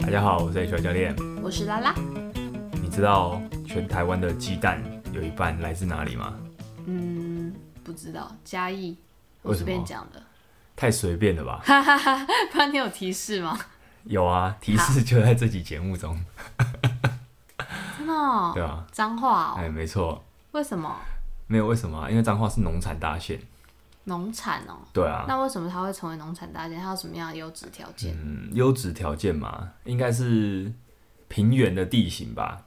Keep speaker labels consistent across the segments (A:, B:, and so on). A: 大家好，我是 HR 教练。
B: 我是拉拉。
A: 你知道全台湾的鸡蛋有一半来自哪里吗？
B: 嗯，不知道嘉义，我
A: 为什
B: 随
A: 么
B: 便讲的，
A: 太随便了吧？
B: 不然你有提示哦吗？
A: 有啊，提示就在这集节目中，
B: 真 的、哦？
A: 对啊，
B: 脏话哦？
A: 哎，没错，
B: 为什么
A: 没有为什么啊、因为彰化是农产大县，
B: 农产哦？
A: 对啊，
B: 那为什么它会成为农产大县？它有什么样的优质条件？
A: 嗯，优质条件嘛，应该是平原的地形吧，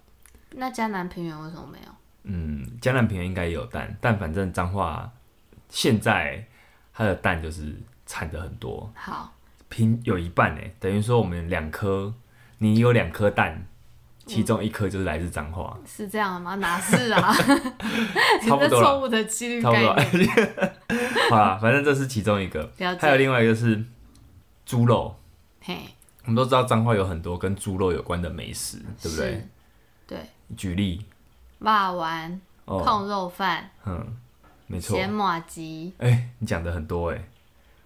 B: 那江南平原为什么没有？
A: 嗯，江南平原应该也有蛋，但反正彰化现在它的蛋就是产的很多，
B: 好，
A: 平有一半哎，等于说我们两颗，你有两颗蛋，其中一颗就是来自彰化，
B: 是这 样吗？哪是啊？你
A: 差不
B: 这
A: 多了
B: 错误的几率
A: 差不
B: 概
A: 多
B: 念。
A: 吧。 好啦，反正这是其中一个，
B: 了
A: 还有
B: 解。
A: 另外一个是猪肉。
B: 嘿，
A: 我们都知道彰化有很多跟猪肉有关的美食，对不对
B: 是？？对，
A: 举例
B: 霸丸、
A: 哦，
B: 控肉饭、
A: 嗯，没错。
B: 咸马鸡，
A: 哎、你讲的很多哎、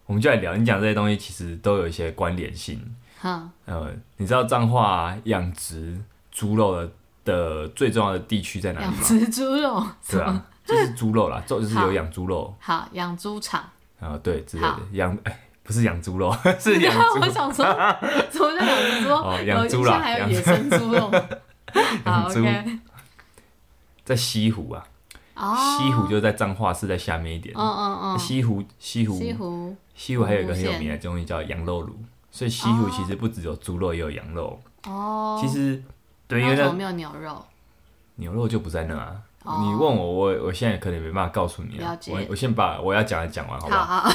A: 我们就来聊。你讲这些东西其实都有一些关联性。
B: 哼，
A: 呃，你知道彰化养殖猪肉的的最重要的地区在哪里
B: 养
A: 吗？
B: 殖猪肉，
A: 对啊，就是猪肉
B: 嗯
A: 啦，就就是有养猪肉
B: 好，养猪场。
A: 啊、对之类的
B: 好
A: 养，哎，不是养猪肉， 是养
B: 我
A: 猪
B: 想说，怎么叫养猪？
A: 哦养猪啦
B: 有印象还有野生猪肉。 好
A: 养猪
B: ，OK。
A: 在西湖啊，
B: 哦，
A: 西湖就在彰化市再下面一点，
B: 嗯嗯嗯，
A: 西湖西湖
B: 西湖
A: 西湖还有一个很
B: 湖
A: 有
B: 哦线
A: 名的东西叫羊肉炉，所以西湖其实不只有猪肉，也有羊肉。
B: 哦，
A: 其实对，因为
B: 那为什么
A: 那
B: 没有牛肉？
A: 牛肉就不在那啊。
B: 哦
A: 你问我，我我现在可能没办法告诉你啊
B: 了。解
A: 我我先把我要讲的讲完，好不
B: 好
A: 好？
B: 好，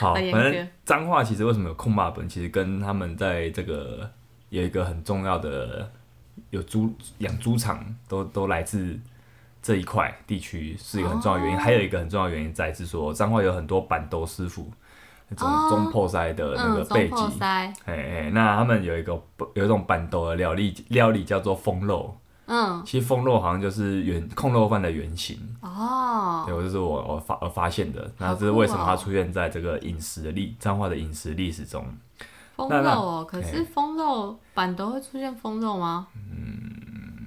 A: 好，
B: 好严
A: 反
B: 格
A: 正彰化其实为什么有控霸本，其实跟他们在这个有一个很重要的有猪养猪场，都都来自这一块地区是一个很重要的原因。
B: 哦
A: 还有一个很重要的原因在是说，彰化有很多板斗师傅，那种
B: 哦
A: 中破塞的那个
B: 嗯，
A: 背
B: 中
A: 脊。
B: 破塞，
A: 哎哎，那他们有一个有一种板斗的料理料理叫做风肉，
B: 嗯，
A: 其实风肉好像就是原控肉饭的原型。
B: 哦，
A: 对，我就是我我发我发现的，那
B: 好
A: 这是为
B: 酷
A: 什么它
B: 哦
A: 出现在这个饮食的历彰化的饮食历史中？
B: 风
A: 那
B: 肉
A: 那
B: 哦，可是风肉板都会出现风肉吗？嗯，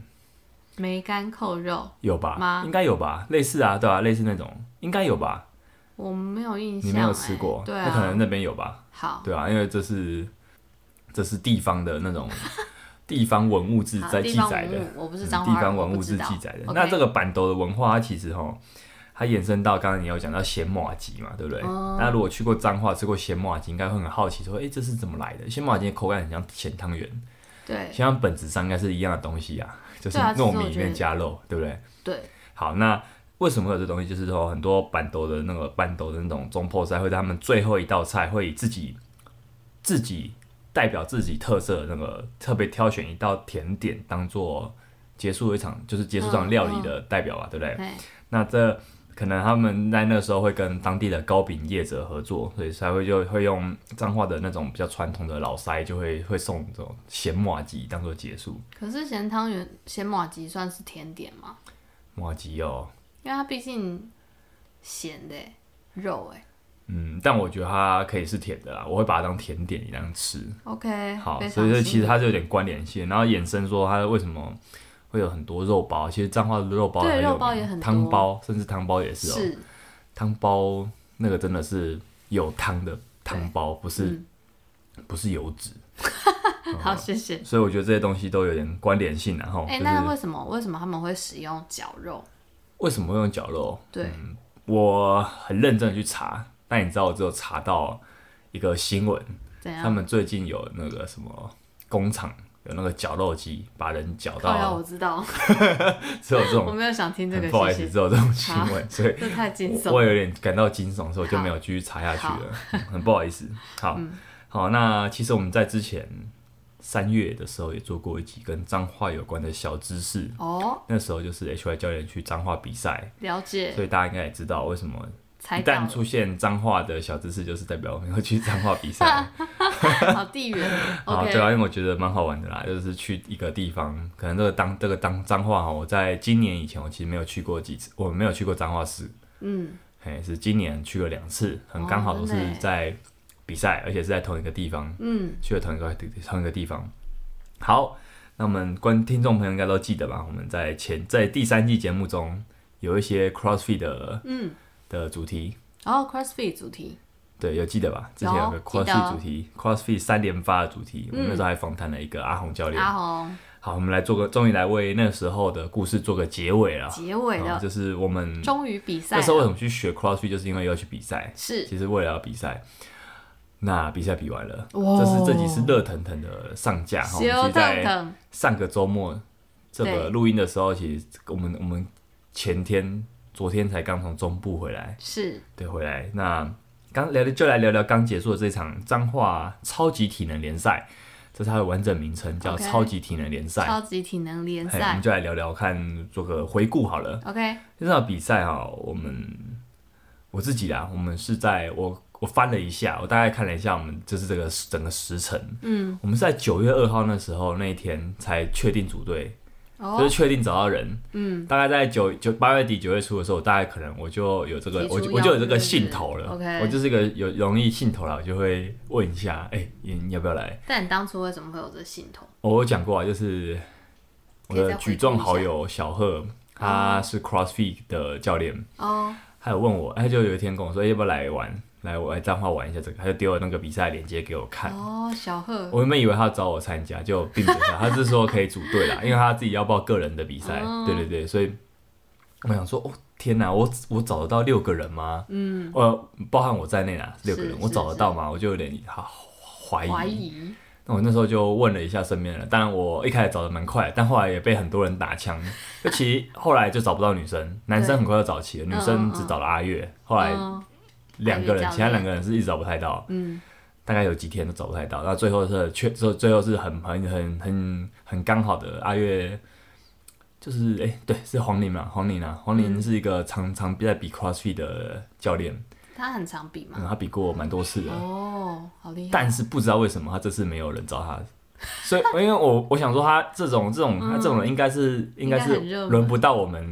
B: 梅干扣肉，
A: 有吧
B: 吗？
A: 应该有吧，类似啊，对吧、类似那种，应该有吧？
B: 我没有印象，
A: 你没有吃过
B: 哎，对
A: 那可能
B: 啊，哦
A: 那边有吧，
B: 好，
A: 对啊，因为这是这是地方的 那种地方文物志
B: 好
A: 在
B: 地
A: 记
B: 方
A: 载的，
B: 文物我不是
A: 嗯
B: 彰
A: 地
B: 化人，
A: 方
B: 我
A: 文
B: 不
A: 物
B: 知
A: 志
B: 道
A: 记载的。
B: OK
A: 那这个板斗的文化，它其实哈，它延伸到刚才你有讲到咸马鸡嘛，对不对？
B: 哦
A: 那如果去过彰化吃过咸马鸡，应该会很好奇说，哎、这是怎么来的？咸马鸡的口感很像咸汤圆，
B: 对
A: 像本质上应该是一样的东西啊， 就是
B: 对啊其
A: 糯
B: 实我
A: 米里
B: 觉得
A: 面加肉，对不对？
B: 对，
A: 好，那为什么会有这东西？就是说很多板斗的那个板斗的那种中破菜，会在他们最后一道菜会以自己自己代表自己特色的那个特别挑选一道甜点当做结束一场，就是结束这场料理的代表吧，对不对？
B: 哎，
A: 那这可能他们在那时候会跟当地的糕饼业者合作，所以才会就会用彰化的那种比较传统的老塞，就会会送这种咸麻鸡当做结束。
B: 可是咸汤圆、咸马吉算是甜点吗？
A: 麻鸡哦，
B: 因为它毕竟咸的欸肉哎。
A: 嗯，但我觉得它可以是甜的啦，我会把它当甜点一样吃。
B: OK，
A: 好，
B: 哎非
A: 所以
B: 常
A: 这
B: 新
A: 其实它是有点关联性，然后衍生说它为什么会有很多肉包，其实彰化的肉包
B: 对
A: 很有
B: 肉包
A: 名
B: 也很多
A: 汤包，甚至汤包也是哦、
B: 是
A: 汤包那个真的是有汤的汤包，不是、
B: 嗯
A: 不是油脂，
B: 好，谢谢。
A: 所以我觉得这些东西都有点关联性、啊，然后就
B: 哎，
A: 是
B: 那为什么为什么他们会使用绞肉？
A: 为什么会用绞肉？
B: 对，
A: 我很认真的去查，但你知道我只有查到一个新闻，
B: 怎
A: 他
B: 样？
A: 们最近有那个什么工厂有那个绞肉机，把人绞
B: 靠腰
A: 到
B: 我，知道，
A: 只有这
B: 我
A: 种，
B: 没有想听这
A: 很
B: 个，
A: 哦不好意
B: 谢
A: 思，
B: 谢。
A: 只有这种新闻，所以
B: 这太惊
A: 我
B: 悚
A: 我
B: 了。
A: 有点感到惊悚，所以我就没有继续查下去了，嗯 很不好意思。好，
B: 嗯
A: 好，那其实我们在之前三月的时候也做过一集跟脏话有关的小知识，
B: 哦，
A: 那时候就是 HY 教练去脏话比赛，
B: 了解，
A: 所以大家应该也知道为什么一
B: 才到
A: 旦出现脏话的小知识，就是代表我们要去脏话比 赛。
B: 好 地缘。
A: 啊，对
B: OK，
A: 啊，因为我觉得蛮好玩的啦，就是去一个地方，可能这个当这个当彰化哈，我在今年以前我其实没有去过几次，我没有去过彰化市，
B: 嗯，
A: 嘿，是今年去了两次，很刚好
B: 哦
A: 都
B: 真的
A: 是
B: 耶
A: 在比赛，而且是在同一个地方，
B: 嗯，
A: 去了同一个地同一个地方。好，那我们观听众朋友应该都记得吧？我们在前在第三季节目中有一些 CrossFit 的
B: 嗯，
A: 的主题，
B: 然后哦 CrossFit 主题，
A: 对，有记得吧？之前有个
B: 有记得嗯
A: CrossFit 主题，CrossFit 三连发的主题，我们那时候还访谈了一个阿红教练。
B: 阿红
A: 好，我们来做个，终于来为那时候的故事做个结尾了。
B: 结尾
A: 啊
B: 的，
A: 就是我们
B: 终于比赛
A: 那时候为
B: 了，
A: 什么去学 CrossFit，就是因为要去比赛，
B: 是
A: 其实为了要比赛。那比赛比完了，
B: 哇哦
A: 这是这集是热腾腾的上架哈。我们其
B: 小
A: 实
B: 等
A: 在
B: 等，
A: 上个周末这
B: 对
A: 个录音的时候，其实我们我们前天、昨天才刚从中部回来，
B: 是
A: 对，回来。那刚聊就来聊聊刚结束的这场彰化超级体能联赛，这是它的完整名称，叫
B: OK
A: 超级体能联赛。
B: 超级体能联
A: 嘿我们
B: 赛
A: 就来聊聊看，做个回顾好了。
B: ，OK，
A: 这场比赛哈、我们我自己啦，我们是在我我翻了一下，我大概看了一下，我们就是这个整个时程，
B: 嗯，
A: 我们是在九月二号那时候那一天才确定组队，就
B: 哦
A: 是，确定找到人，
B: 嗯，
A: 大概在九九八月底九月初的时候，我大概可能我就有这个
B: 提，出
A: 我就
B: 要
A: 我就有这
B: 约
A: 个
B: 是不是
A: 兴头了
B: OK
A: 我就是一个有容易兴头了，我就会问一下，哎、你你要不要来？
B: 但你当初为什么会有这心头？
A: 我有讲过啊，就是我
B: 可以再
A: 的
B: 回顾
A: 举重好友小贺，他是 CrossFit 的教练，
B: 哦，
A: 他有问我，他就有一天跟我说，哎要不要来玩，来我来彰化玩一下这个，他就丢了那个比赛链接给我看。
B: 哦，小贺，
A: 我原本以为他找我参加，就并不是，他是说可以组队啦，因为他自己要报个人的比赛，
B: 哦
A: 对对对，所以我想说，哦天哪，我我找得到六个人吗？
B: 嗯，
A: 呃，包含我在内啦，六个人
B: 是，
A: 我找得到吗？我就有点好怀
B: 怀
A: 疑。
B: 疑，
A: 那我那时候就问了一下身边人，当然我一开始找的蛮快，但后来也被很多人打枪。 就其实后来就找不到女生，男生很快就找齐了，女生只找了阿月，后来
B: 嗯
A: 两个人，
B: 阿月教练
A: 其他两个人是一直找不太到。
B: 嗯，
A: 大概有几天都找不太到，那最后是确最最后是很很很很很刚好的阿月，就是哎、对是黄玲嘛，黄玲啊，黄
B: 嗯
A: 玲是一个常常在比 CrossFit 的教练，
B: 他很常比嘛，
A: 嗯，他比过蛮多次的，
B: 嗯哦，好厉害，
A: 但是不知道为什么他这次没有人找 他，所以因为我我想说他这种这种他这种人应该是应该
B: 嗯应
A: 是
B: 该很热门
A: 轮不到我 们，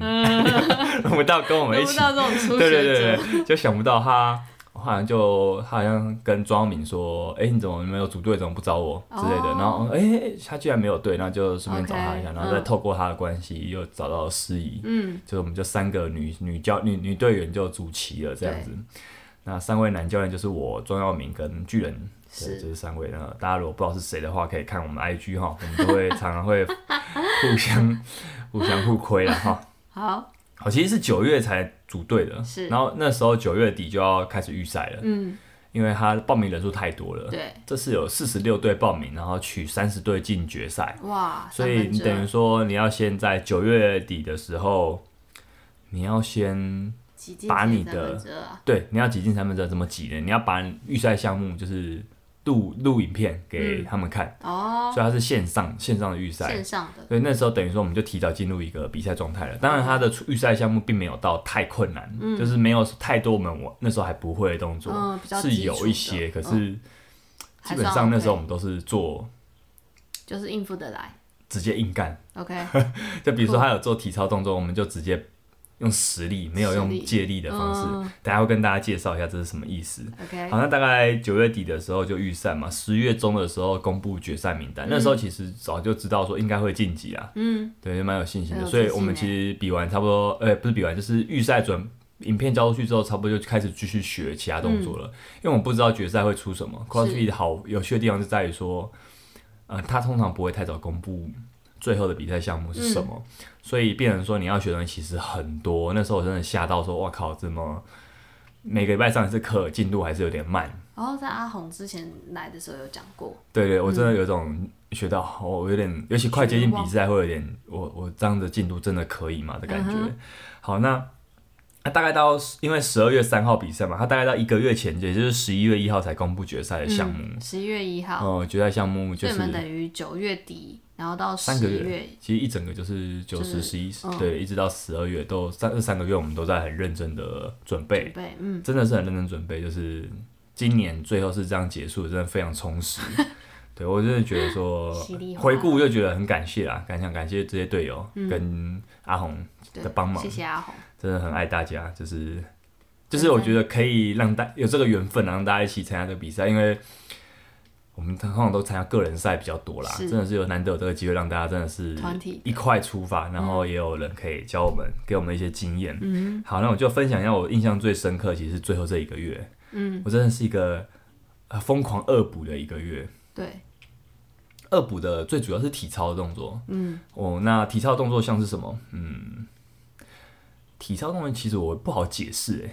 A: 轮不到跟我们一
B: 轮不
A: 起
B: 到这种 初
A: 对对
B: 学
A: 对
B: 者，
A: 对，就想不到他，我好像就他好像跟庄敏说，哎、你怎么没有组队，怎么不找我之类的。
B: 哦
A: 然后哎、他居然没有队，那就顺便找他一下
B: OK，
A: 然后再
B: 嗯
A: 透过他的关系又找到司仪，
B: 嗯，
A: 就是我们就三个女女教女女队员就组齐了这样子。那三位男教练就是我庄耀明跟巨人。对，
B: 是
A: 就是三位。那大家如果不知道是谁的话，可以看我们 IG 哈，我们都会常常会互相 互相互亏了哈。
B: 好，
A: 我其实是九月才组队的，
B: 是
A: 然后那时候九月底就要开始预赛了，
B: 嗯，
A: 因为他报名人数太多了，
B: 对，
A: 这次有四十六队报名，然后取三十队进决赛，
B: 哇，
A: 所以你
B: 三分之二
A: 等于说你要先在九月底的时候，你要先
B: 挤进
A: 把
B: 前
A: 你
B: 三
A: 的
B: 分之二啊
A: 对你要挤进三分之二，怎么挤呢？你要把预赛项目就是录录影片给
B: 嗯
A: 他们看，
B: 哦，
A: 所以它是线上线上的预赛
B: 线，上的，
A: 所以那时候等于说我们就提早进入一个比赛状态了。当然，他的预赛项目并没有到太困难，就是没有太多我们我那时候还不会的动作，
B: 嗯比较基
A: 是
B: 础
A: 有一些，可
B: 的
A: 是
B: 嗯
A: 基
B: 还
A: 本
B: 算
A: 上那时候我
B: OK
A: 们都是做
B: 就是应付得来
A: 直接硬干，
B: ，OK，
A: 就比如
B: 嗯
A: 说他有做体操动作，我们就直接用实力，没有
B: 实力
A: 用借力的方式。
B: 嗯哎
A: 等一下会跟大家介绍一下这是什么意思。
B: ，OK，
A: 好，那大概九月底的时候就预赛嘛，十月中的时候公布决赛名单。那时候其实早就知道说应该会晋级啊，
B: 嗯，
A: 对，蛮有信心
B: 很
A: 的。
B: 有
A: 所以
B: 自信
A: 我们
B: 欸
A: 其实比完差不多，呃、不是比完，就是预赛准影片交出去之后，差不多就开始继续学其他动作了。因为我不知道决赛会出什么。CrossFit 好有趣的地方就在于说，呃，他通常不会太早公布最后的比赛项目是什么，所以变成说你要学的东西其实很多。那时候我真的吓到说，哇靠，怎么每个礼拜上一次课进度还是有点慢？
B: 然后哦在阿红之前来的时候有讲过，
A: 对对，我真的
B: 嗯
A: 有一种学到，我我有点，尤其快接近比赛，会有点，我我这样的进度真的可以吗的感觉。
B: 嗯哼
A: 好，那那大概到因为十二月三号比赛嘛，他大概到一个月前，也就是十一月一号才公布决赛的项目。
B: 嗯十一月一号，
A: 哦、决赛项目就
B: 所以
A: 是
B: 你们等于九月底，然后到十
A: 三个
B: 一
A: 月
B: 月，，
A: 其实一整个就是九
B: 就
A: 十、十一
B: 嗯，
A: 对，一直到十二月都三这三个月，我们都在很认真的准备。
B: 准备，嗯，
A: 真的是很认真准备，就是今年最后是这样结束，真的非常充实。对我真的觉得说
B: 稀里，哗啦
A: 回顾就觉得很感谢啦，感想感谢这些队友跟阿红
B: 对
A: 的帮忙
B: 谢谢阿红，
A: 真的很爱大家，就是就是我觉得可以让大有这个缘分啊，让大家一起参加这个比赛，因为我们通常都参加个人赛比较多啦，
B: 是
A: 真的是有难得有这个机会让大家真的是
B: 团体
A: 一块出发，然后也有人可以教我们，给我们一些经验。嗯，好，那我就分享一下我印象最深刻，其实是最后这一个月，嗯，我真的是一个呃疯狂恶补的一个月，
B: 对，
A: 恶补的最主要是体操的动作。嗯，哦，那体操的动作像是什么？嗯，体操动作其实我不好解释诶。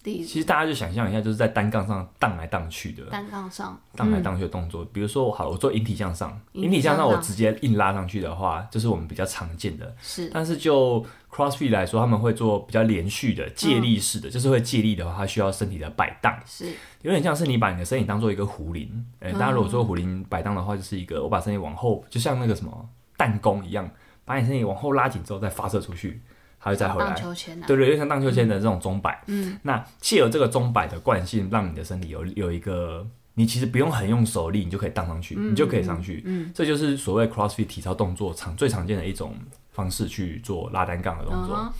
B: 第一
A: 其实大家就想象一下，就是在单杠上荡来荡去的，
B: 单杠上，
A: 荡来荡去的动作。比如说，好了，我做引体向上，
B: 引体
A: 引体向上
B: 向
A: 我
B: 上
A: 直接硬拉上去的话，这、是我们比较常见的。
B: 是
A: 但是就 CrossFit 来说，他们会做比较连续的借力式的，就是会借力的话，它需要身体的摆荡。
B: 是
A: 有点像是你把你的身体当做一个壶铃，呃、
B: 哦
A: 大家如果说壶铃摆荡的话，就是一个我把身体往后，就像那个什么弹弓一样，把你身体往后拉紧之后再发射出去，它会再回
B: 荡
A: 来。
B: 秋千啊，
A: 对对，有点像荡秋千的这种钟摆。嗯，那借由这个钟摆的惯性，让你的身体有有一个，你其实不用很用手力，你就可以荡上去，你就可以上去。嗯，这就是所谓 CrossFit 体操动作常最常见的一种方式去做拉单杠的动
B: 嗯
A: 作。
B: 哼，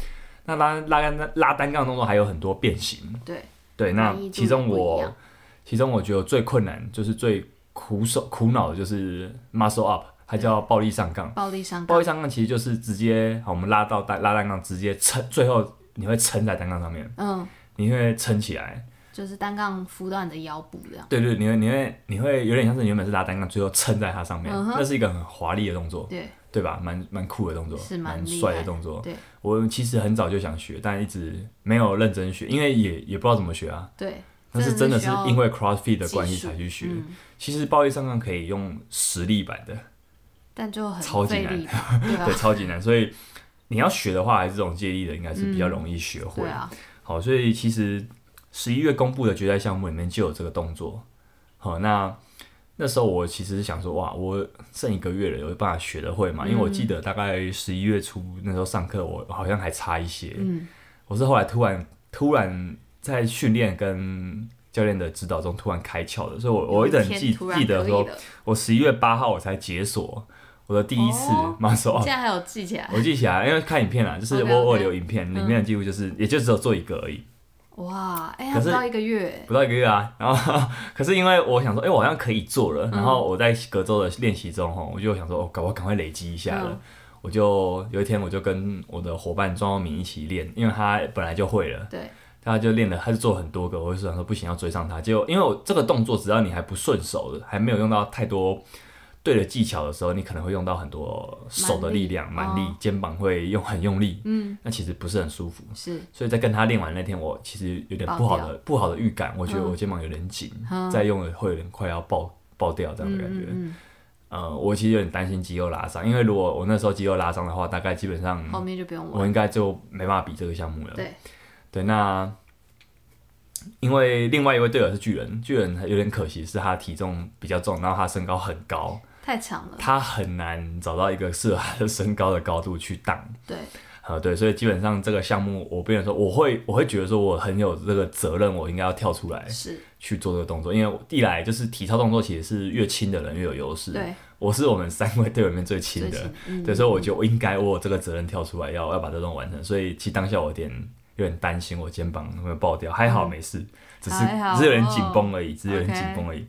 A: 那拉拉杆拉单杠动作还有很多变形。
B: 对，
A: 对，那
B: 满意度
A: 其中
B: 不一
A: 我
B: 样
A: 其中我觉得最困难就是最苦手苦恼的就是 muscle up，它叫暴力上杠。
B: 暴力上
A: 暴
B: 杠
A: 力上杠其实就是直接，好，我们拉到单拉单杠，直接撑，最后你会撑在单杠上面，
B: 嗯，
A: 你会撑起来。
B: 就是单杠扶到你的腰部这样，
A: 对对，你会你会你会有点像是你原本是拉单杠，最后撑在它上面，
B: 嗯哼
A: 那是一个很华丽的动作，
B: 对
A: 对吧？蛮蛮酷的动作，
B: 是蛮
A: 蛮
B: 厉
A: 帅的
B: 害
A: 动作。
B: 对
A: 我其实很早就想学，但一直没有认真学，因为也也不知道怎么学啊。
B: 对，
A: 但是真的
B: 需
A: 是
B: 要
A: 因为 CrossFit 的关系
B: 技术
A: 才去学。
B: 嗯
A: 其实暴力上杠可以用实力版的，
B: 但就很
A: 超级
B: 费
A: 难
B: 力吧，对
A: 对，
B: 吧？
A: 超级难。所以你要学的话，还是这种借力的，应该是比较容易学会。
B: 对啊，
A: 好，所以其实十一月公布的决赛项目里面就有这个动作。好，那那时候我其实想说，哇，我剩一个月了，有办法学得会
B: 嗯
A: 嘛？因为我记得大概十一月初那时候上课，我好像还差一些。
B: 嗯，
A: 我是后来突然突然在训练跟教练的指导中突然开窍的，所以我我一直很
B: 天
A: 记
B: 突然
A: 记得
B: 可以
A: 说，
B: 了
A: 我十一月八号我才解锁我的第一次
B: 哦
A: muscle
B: 你
A: up，、
B: 现在还有记起来，
A: 我记起来，因为看影片啦，啊就是
B: OK，OK
A: 我我有留影片，
B: 嗯
A: 里面的记录就是、也就只有做一个而已，
B: 哇，哎，
A: 可
B: 还
A: 是
B: 不到一个月，
A: 不到一个月啊。然后可是因为我想说，哎、我好像可以做
B: 嗯
A: 了，然后我在隔周的练习中吼，我就想说，哦，赶我赶快累积一下了。
B: 嗯
A: 我就有一天，我就跟我的伙伴庄耀明一起练，因为他本来就会了，
B: 对，
A: 他就练了，他就做很多个，我就想说不行，要追上他。结果因为我这个动作，只要你还不顺手的，还没有用到太多对的技巧的时候，你可能会用到很多手的力量、蛮
B: 蛮
A: 力
B: 力、
A: 肩膀会用很用力，
B: 嗯，
A: 那其实不是很舒服。
B: 是，
A: 所以在跟他练完那天，我其实有点不好
B: 爆
A: 的不好的预感，我觉得我肩膀有点紧，
B: 嗯
A: 再用了会有点快要爆爆掉这样的感觉。
B: 嗯嗯
A: 呃，我其实有点担心肌肉拉伤，因为如果我那时候肌肉拉伤的话，大概基本上
B: 嗯，后面就不用
A: 我
B: 玩，
A: 应该就没办法比这个项目了。
B: 对，
A: 对，那因为另外一位队友是巨人，巨人有点可惜，是他体重比较重，然后他身高很高，
B: 太长了，
A: 他很难找到一个适合他的身高的高度去挡。
B: 对，
A: 呃，对，所以基本上这个项目，我变成说，我会我会觉得说我很有这个责任，我应该要跳出来
B: 是，
A: 去做这个动作，因为我一来就是体操动作其实是越轻的人越有优势，
B: 对，
A: 我是我们三位队友里面最轻
B: 最
A: 的
B: 轻，，嗯，
A: 对，所以我觉得我应该我有这个责任跳出来要，要把这种完成。所以其实当下我有点有点担心，我肩膀会不会爆掉，还好没事，只是
B: 嗯还好哦
A: 只是有点紧绷而已，只是有点
B: OK
A: 紧绷而已。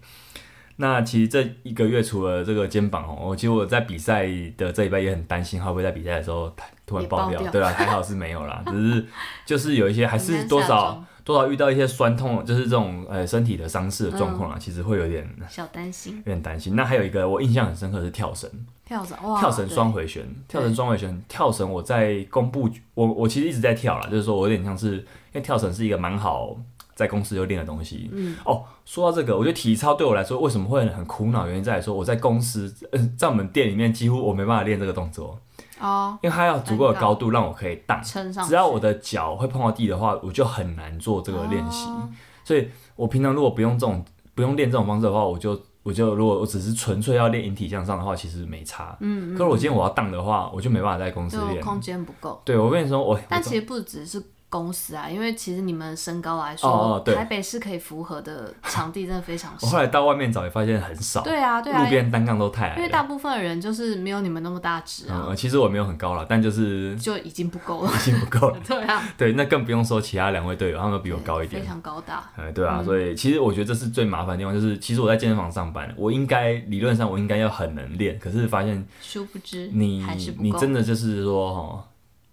A: 那其实这一个月除了这个肩膀哦，我其实我在比赛的这一拜也很担心，会不会在比赛的时候突然
B: 也爆
A: 爆掉？
B: 掉
A: 对啊，还好是没有 啦，只是就是有一些还
B: 很
A: 是
B: 难
A: 多
B: 下
A: 少
B: 妆
A: 多少遇到一些酸痛，就是这种呃身体的伤势的状况啊，
B: 嗯
A: 其实会有点
B: 小担心
A: 有，点担心。那还有一个我印象很深刻的是跳绳，
B: 跳绳哇，
A: 跳绳
B: 对
A: 双回旋，跳绳双回旋，跳绳我在公布，我我其实一直在跳啦，就是说我有点像是，因为跳绳是一个蛮好在公司就练的东西。嗯，哦，说到这个，我觉得体操对我来说为什么会很苦恼，原因在于说我在公司，呃，在我们店里面几乎我没办法练这个动作，
B: 哦，
A: 因为它要足够的高度让我可以荡，
B: 撑上去，
A: 只要我的脚会碰到地的话，我就很难做这个练习。
B: 哦
A: 所以我平常如果不用这种不用练这种方式的话，我就我就如果我只是纯粹要练引体向上的话，其实没差。嗯可是我今天我要荡的话，我就没办法在公司
B: 就
A: 练。
B: 空间不够。
A: 对，我跟你说，我
B: 但
A: 我
B: 其实不只是公司啊，因为其实你们身高来说，
A: 哦哦对
B: 台北市可以符合的场地真的非常
A: 我
B: 少。
A: 后来到外面找也发现很少，
B: 对啊，对啊，
A: 路边单杠都太
B: 因
A: 矮
B: 为
A: 了。
B: 大部分的人就是没有你们那么大只啊，
A: 嗯，其实我没有很高了，但 就是
B: 就已经不够了。
A: 已经不够了。
B: 对啊，
A: 对，那更不用说其他两位队友，他们比我哦高一点
B: 非。常嗯高大。
A: 哎，对啊，所以其实我觉得这是最麻烦的地方，就是其实我在健身房上班，我应该理论上我应该要很能练，可是发现
B: 殊不知
A: 你
B: 嗯还是不
A: 你
B: 够。
A: 真的就是说哈，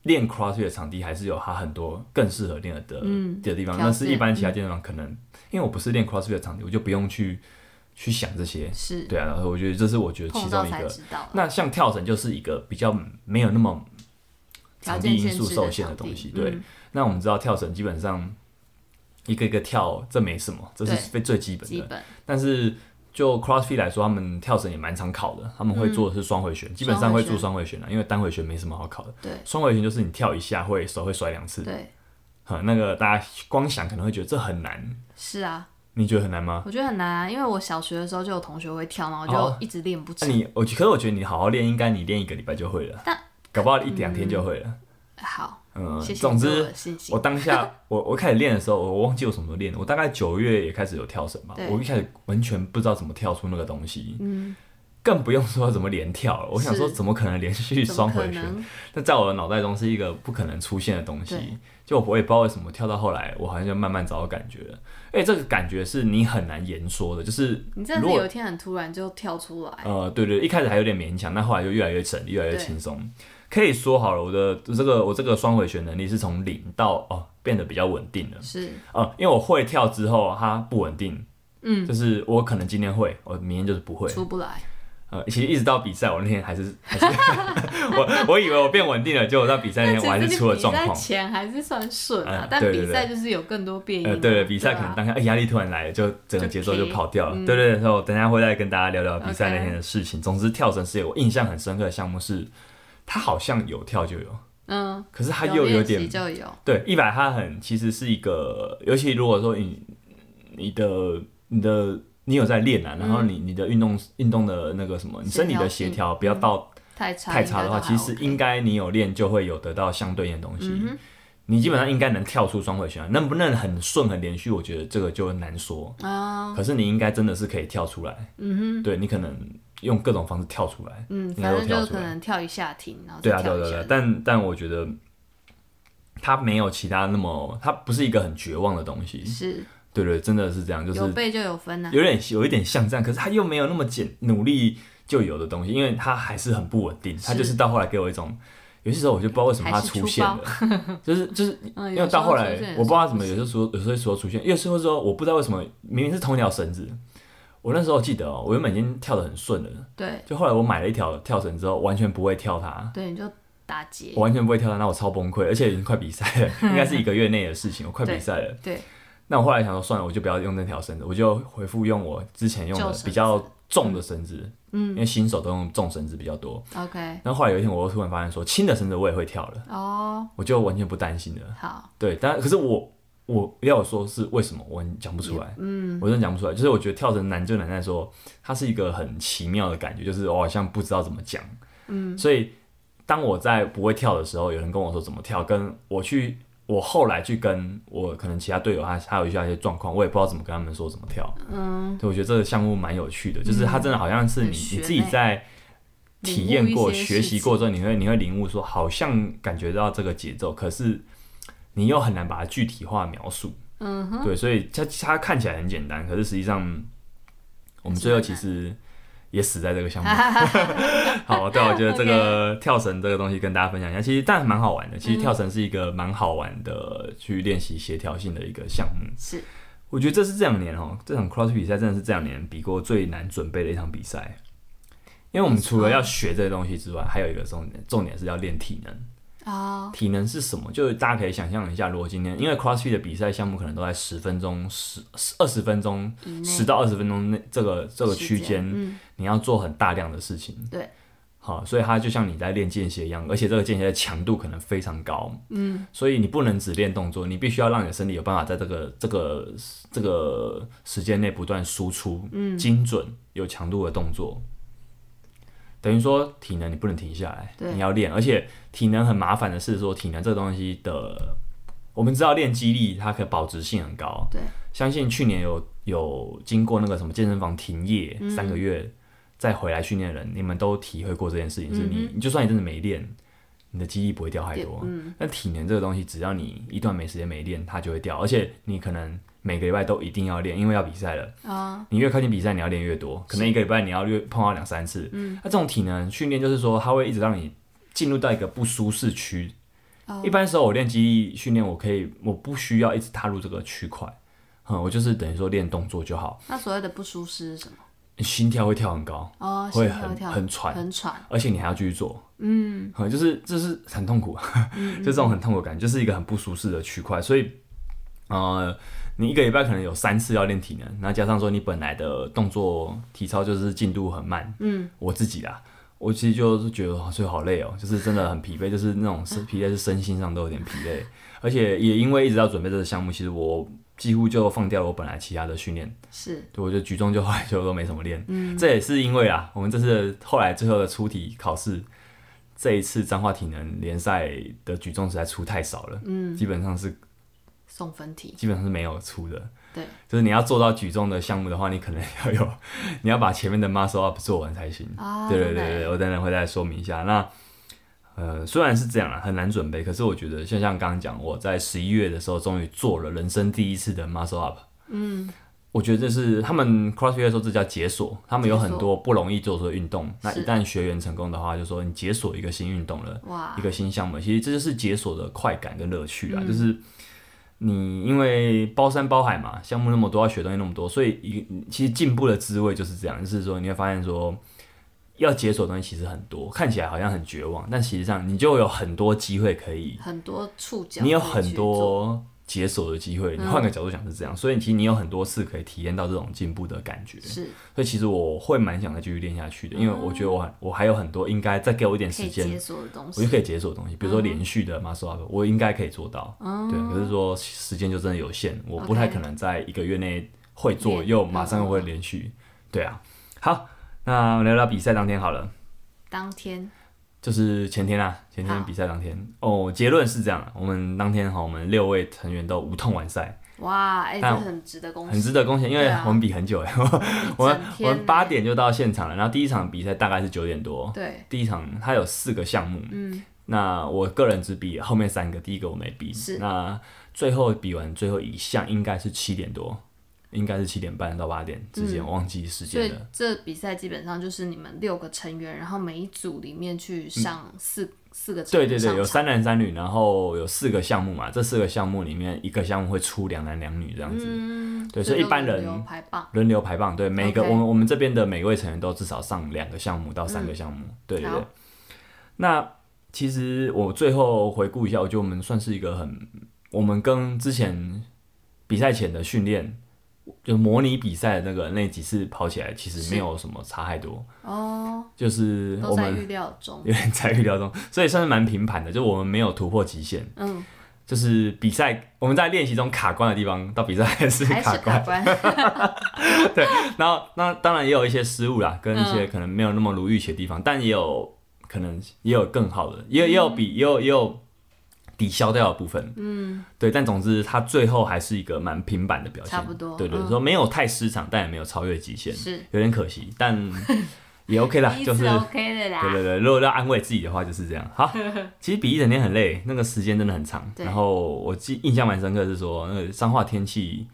A: 练 CrossFit 的场地还是有它很多更适合练的的、
B: 嗯
A: 的地方，
B: 条件嗯
A: 但是一般其他健身房可能、因为我不是练 CrossFit 的场地，我就不用去去想这些。
B: 是
A: 对啊，然后我觉得这是我觉得其
B: 碰到
A: 中一
B: 才
A: 个。
B: 知道了。
A: 那像跳绳就是一个比较没有那么
B: 条
A: 场
B: 件
A: 地因
B: 限制
A: 素
B: 的
A: 受限的
B: 场地
A: 东西。对，
B: 嗯
A: 那我们知道跳绳基本上一个一个跳，这没什么，这是最最基本
B: 基
A: 的。
B: 本
A: 但是就 CrossFit 来说，他们跳绳也蛮常考的，他们
B: 嗯
A: 会做的是双回旋，基本上会做双回旋啊的，因为单回旋没什么好考的。
B: 对
A: 双回旋就是你跳一下会手会甩两次，
B: 对
A: 哈，那个大家光想可能会觉得这很难，
B: 是啊，
A: 你觉得很难吗？
B: 我觉得很难啊，因为我小学的时候就有同学会跳，然后
A: 哦
B: 就一直练不
A: 那、
B: 成。
A: 你我可是我觉得你好好练，应该你练一个礼拜就会了，
B: 但
A: 搞不好一两天就会了。
B: 好，
A: 嗯，
B: 谢谢
A: 总
B: 你对
A: 之
B: 我的信心
A: 我。当下 我我开始练的时候，我忘记我什么时候练的，我大概九月也开始有跳绳吧，
B: 对
A: 我一开始完全不知道怎么跳出那个东西，
B: 嗯，
A: 更不用说怎么连跳了。我想说，
B: 是
A: 怎么可能连续
B: 怎么
A: 双
B: 可
A: 回旋？
B: 能？
A: 那在我的脑袋中是一个不可能出现的东西
B: 对。
A: 就我也不知道为什么跳到后来，我好像就慢慢找到感觉了。哎，这个感觉是你很难言说的，就是
B: 你真的
A: 如
B: 是
A: 果
B: 有一天很突然就跳出来，
A: 呃，对对，一开始还有点勉强，但后来就越来越省力，越来越
B: 对
A: 轻松。可以说好了，我的这个我这个双回旋能力是从零到哦变得比较稳定了。
B: 是
A: 呃，因为我会跳之后，它不稳定，
B: 嗯，
A: 就是我可能今天会，我明天就是不 会。
B: 出不来，
A: 呃，其实一直到比赛，我那天还是 还是，我我以为我变稳定了，结果到比赛那
B: 但
A: 天哎我还
B: 其
A: 是
B: 实
A: 出了
B: 比
A: 状
B: 赛
A: 况。
B: 前还是算顺啊
A: 嗯，
B: 但
A: 对对
B: 比
A: 对
B: 赛就是有更多变因
A: 呃，
B: 嘛。
A: 对对，比赛
B: 啊
A: 可能当下哎压、力突然来了，就整个
B: 就
A: 节奏就
B: 疲
A: 跑掉了。
B: 嗯
A: 对对对，然后等一下会再跟大家聊聊比赛那
B: OK
A: 天的事情。总之，跳绳是有我印象很深刻的项目是，它好像有跳就有，
B: 嗯，
A: 可是它
B: 有
A: 又有
B: 练习
A: 点
B: 就有，
A: 对，一百它很其实是一个，尤其如果说你你的你的你有在练啊，然后你你的运动运动的那个什么，你身体的协
B: 嗯协调性
A: 调不要到
B: 太差
A: 太差的话，
B: 应该
A: 其
B: 都还
A: 实
B: OK
A: 应该你有练就会有得到相对应的东西。
B: 嗯哼
A: 你基本上应该能跳出双回旋啊，能不能很顺很连续，我觉得这个就难说。
B: 啊，
A: 可是你应该真的是可以跳出来，
B: 嗯
A: 对你可能用各种方式跳出来
B: 哼，。嗯，
A: 应该
B: 反
A: 都
B: 正
A: 跳
B: 就
A: 出
B: 可
A: 来
B: 能跳一下停，然后
A: 对
B: 再
A: 啊，对啊
B: 跳
A: 对
B: 一
A: 啊对啊
B: 下，
A: 但但我觉得它没有其他那么，它不是一个很绝望的东西。
B: 是
A: 对对，真的是这样，就是
B: 有背就有分啊呐。
A: 有点有一点像这样，可是他又没有那么简努力就有的东西，因为他还是很不稳定，他就是到后来给我一种。有些时候我就不知道为什么它出现了， 就是就是，
B: 嗯，
A: 因
B: 有
A: 为到
B: 时候
A: 后来
B: 出现有
A: 我不知道怎么，
B: 时
A: 有些时候有些时候出现，有些时候说我不知道为什么明明是同一条绳子，我那时候记得哦，我原本已经跳得很顺了，
B: 候对
A: 就后来我买了一条跳绳之后，完全不会跳它，
B: 对，你就打结
A: 我，完全不会跳它，那我超崩溃，而且已经快比赛了，应该是一个月内的事情，我快比赛了，
B: 对，
A: 那我后来想说，算了，我就不要用那条绳子，我就回复用我之前用
B: 旧
A: 的
B: 绳子
A: 比较重的绳子，
B: 嗯
A: 因为新手都用重绳子比较多。
B: ，OK，
A: 然后后来有一天，我又突然发现说，轻的绳子我也会跳了，
B: 哦，
A: 我就完全不担心了。
B: 好，
A: 对，但可是我我要我说是为什么，我讲不出来，
B: 嗯，
A: 我真的讲不出来。就是我觉得跳绳难就难在说，它是一个很奇妙的感觉，就是我好像不知道怎么讲。
B: 嗯，
A: 所以当我在不会跳的时候，有人跟我说怎么跳，跟我去，我后来去跟我可能其他队友他他有一些一些状况，我也不知道怎么跟他们说怎么跳。
B: 嗯，
A: 对，我觉得这个项目蛮有趣的，就是它真的好像是你、
B: 很悬
A: 你自己
B: 欸
A: 在体验过、
B: 领悟一些
A: 学习过之后，你会你会领悟说，好像感觉到这个节奏，可是你又很难把它具体化描述。
B: 嗯哼，
A: 对，所以它它看起来很简单，可是实际上我们最后其实也死在这个项 目。 好，对，我觉得这个跳绳这个东西跟大家分享一下，其实但蛮好玩的。
B: 嗯
A: 其实跳绳是一个蛮好玩的去练习协调性的一个项目。
B: 是
A: 我觉得这是这两年哦，这场 cross 比赛真的是这两年比过最难准备的一场比赛。因为我们除了要学这些东西之外，还有一个重点，重点是要练体能。
B: 啊，
A: 体能是什么？就是大家可以想象一下，如果今天因为 CrossFit 的比赛项目可能都在十分钟、十二十分钟、
B: 以内
A: 十到二十分钟内这个这个区
B: 时间
A: 间，
B: 嗯，
A: 你要做很大量的事情。
B: 对。
A: 好，所以它就像你在练间歇一样，而且这个间歇的强度可能非常高。嗯。所以你不能只练动作，你必须要让你的身体有办法在这个这个这个时间内不断输出，嗯，精准有强度的动作。等于说体能你不能停下来，
B: 对
A: 你要练，而且体能很麻烦的是说体能这个东西的我们知道练肌力它可保值性很高，
B: 对，
A: 相信去年有有经过那个什么健身房停业
B: 嗯
A: 三个月再回来训练的人，你们都体会过这件事情，是你你就算你真的没练，你的肌力不会掉太多，
B: 嗯，
A: 但体能这个东西，只要你一段没时间没练，它就会掉，而且你可能每个礼拜都一定要练，因为要比赛了。
B: 啊、
A: 你越靠近比赛，你要练越多，可能一个礼拜你要越碰到两三次。嗯，那这种体能训练就是说，它会一直让你进入到一个不舒适区。
B: 哦
A: 一般时候我练肌力训练，我可以我不需要一直踏入这个区块，嗯，我就是等于说练动作就好，
B: 那所谓的不舒适是什么？
A: 心跳会跳很高，
B: 哦，
A: 会
B: 心跳
A: 很
B: 跳
A: 很喘
B: 很喘，
A: 而且你还要继续做，嗯，就是这是很痛苦， 就这种很痛苦的感觉，就是一个很不舒适的区块，所以，呃，你一个礼拜可能有三次要练体能，然后加上说你本来的动作体操就是进度很慢，嗯，我自己啦，我其实就是觉得哦所以好累哦，就是真的很疲惫，就是那种身疲累是身心上都有点疲累，而且也因为一直要准备这个项目，其实我几乎就放掉了我本来其他的训练，
B: 是
A: 对，我就举重就后来就都没什么练。这也是因为啊，我们这次后来最后的出题考试，这一次彰化体能联赛的举重实在出太少了，嗯，基本上是
B: 送分题，
A: 基本上是没有出的。
B: 对，
A: 就是你要做到举重的项目的话，你可能要有， 你要把前面的 muscle up 做完才行。
B: 啊，
A: 对对
B: 真的
A: 对
B: 耶
A: 对，我等等会再说明一下。那呃，虽然是这样啦，很难准备，可是我觉得，像像刚刚讲，我在十一月的时候，终于做了人生第一次的 muscle up。嗯，我觉得这是他们 CrossFit 说这叫解锁，他们有
B: 解
A: 很
B: 锁
A: 多不容易做出的运动。那一
B: 是嗯
A: 旦学员成功的话，就说你解锁一个新运动了。
B: 哇
A: 一，个新项目，其实这就是解锁的快感跟乐趣啊，就是你因为包山包海嘛，项目那么多，要学东西那么多，所以一其实进步的滋味就是这样，就是说你会发现说。要解锁的东西其实很多，看起来好像很绝望，但其实上你就有很多机会可以，
B: 很多触角，
A: 你有很，多解锁的机会。你换个角度想是这样，所以其实你有很多次可以体验到这种进步的感觉。
B: 是
A: 所以其实我会蛮想再继续练下去的，因为我觉得我还我还有很多应该再给我一点
B: 可
A: 时
B: 以
A: 间，
B: 解锁的东
A: 我就
B: 西，
A: 可以解锁东西，比
B: 嗯
A: 如说连续的 muscle up，、我应该可以做到。对，可是说时间就真的有限，我不太
B: 哦 OK 嗯
A: 可能在一个月内会做，
B: 练
A: 又马上又会连续。对啊，好，那我们聊聊比赛当天好了，
B: 当天
A: 就是前天啊，前天
B: 好
A: 比赛当天哦，结论是这样，我们当天哈，我们六位成员都无痛完赛，
B: 哇，哎，这
A: 但
B: 很值得恭
A: 很
B: 喜，
A: 值得恭喜，因为
B: 对啊
A: 我们比很久哎、 我们
B: 一整
A: 我
B: 天
A: 们八点就到现场了，然后第一场比赛大概是九点多，
B: 对，
A: 第一场它有四个项目，
B: 嗯，
A: 那我个人只比后面三个，第一个我没比，
B: 是
A: 那最后比完最后一项应该是七点多，应该是七点半到八点之
B: 嗯
A: 间，我忘记时
B: 所
A: 间
B: 以
A: 了。
B: 这比赛基本上就是你们六个成员，然后每一组里面去上四四个成
A: 嗯对
B: 员
A: 对
B: 上
A: 对，有
B: 场
A: 三男三女，然后有四个项目嘛，这四个项目里面一个项目会出两男两女这样子，
B: 嗯，
A: 对所以一般人
B: 有排棒，
A: 轮流排棒。对，每个
B: OK
A: 我们我们这边的每位成员都至少上两个项目到三个项目，对对对
B: 嗯好。
A: 那其实我最后回顾一下，我觉得我们算是一个很，我们跟之前比赛前的训练，就模拟比赛的那个那几次跑起来，其实
B: 是
A: 没有什么差太多，
B: 哦，
A: 就是
B: 都
A: 我
B: 在
A: 们
B: 预料中，
A: 有点在预料中，所以算是蛮平盘的，就我们没有突破极限。
B: 嗯，
A: 就是比赛，我们在练习中卡关的地方，到比赛还是
B: 还
A: 卡
B: 是
A: 关
B: 卡。关，
A: 然后那当然也有一些失误
B: 嗯
A: 啦，跟一些可能没有那么如预期的地方，但也有可能也有更好的，也有也有比也有也有抵消掉的部分。嗯，对，但总之他最后还是一个蛮平板的表现，
B: 差不多
A: 对对，
B: 嗯
A: 说没有太失常，但也没有超越极限，
B: 是
A: 有点可惜， 但也 OK 啦
B: 第，一
A: 就是
B: 次 OK
A: 对
B: 的啦，
A: 对对，如果要安慰自己的话，就是这样。 好，其实比一整天很累，那个时间真的很长。
B: 对
A: 然后我记印象蛮深刻的是说，那个彰化天气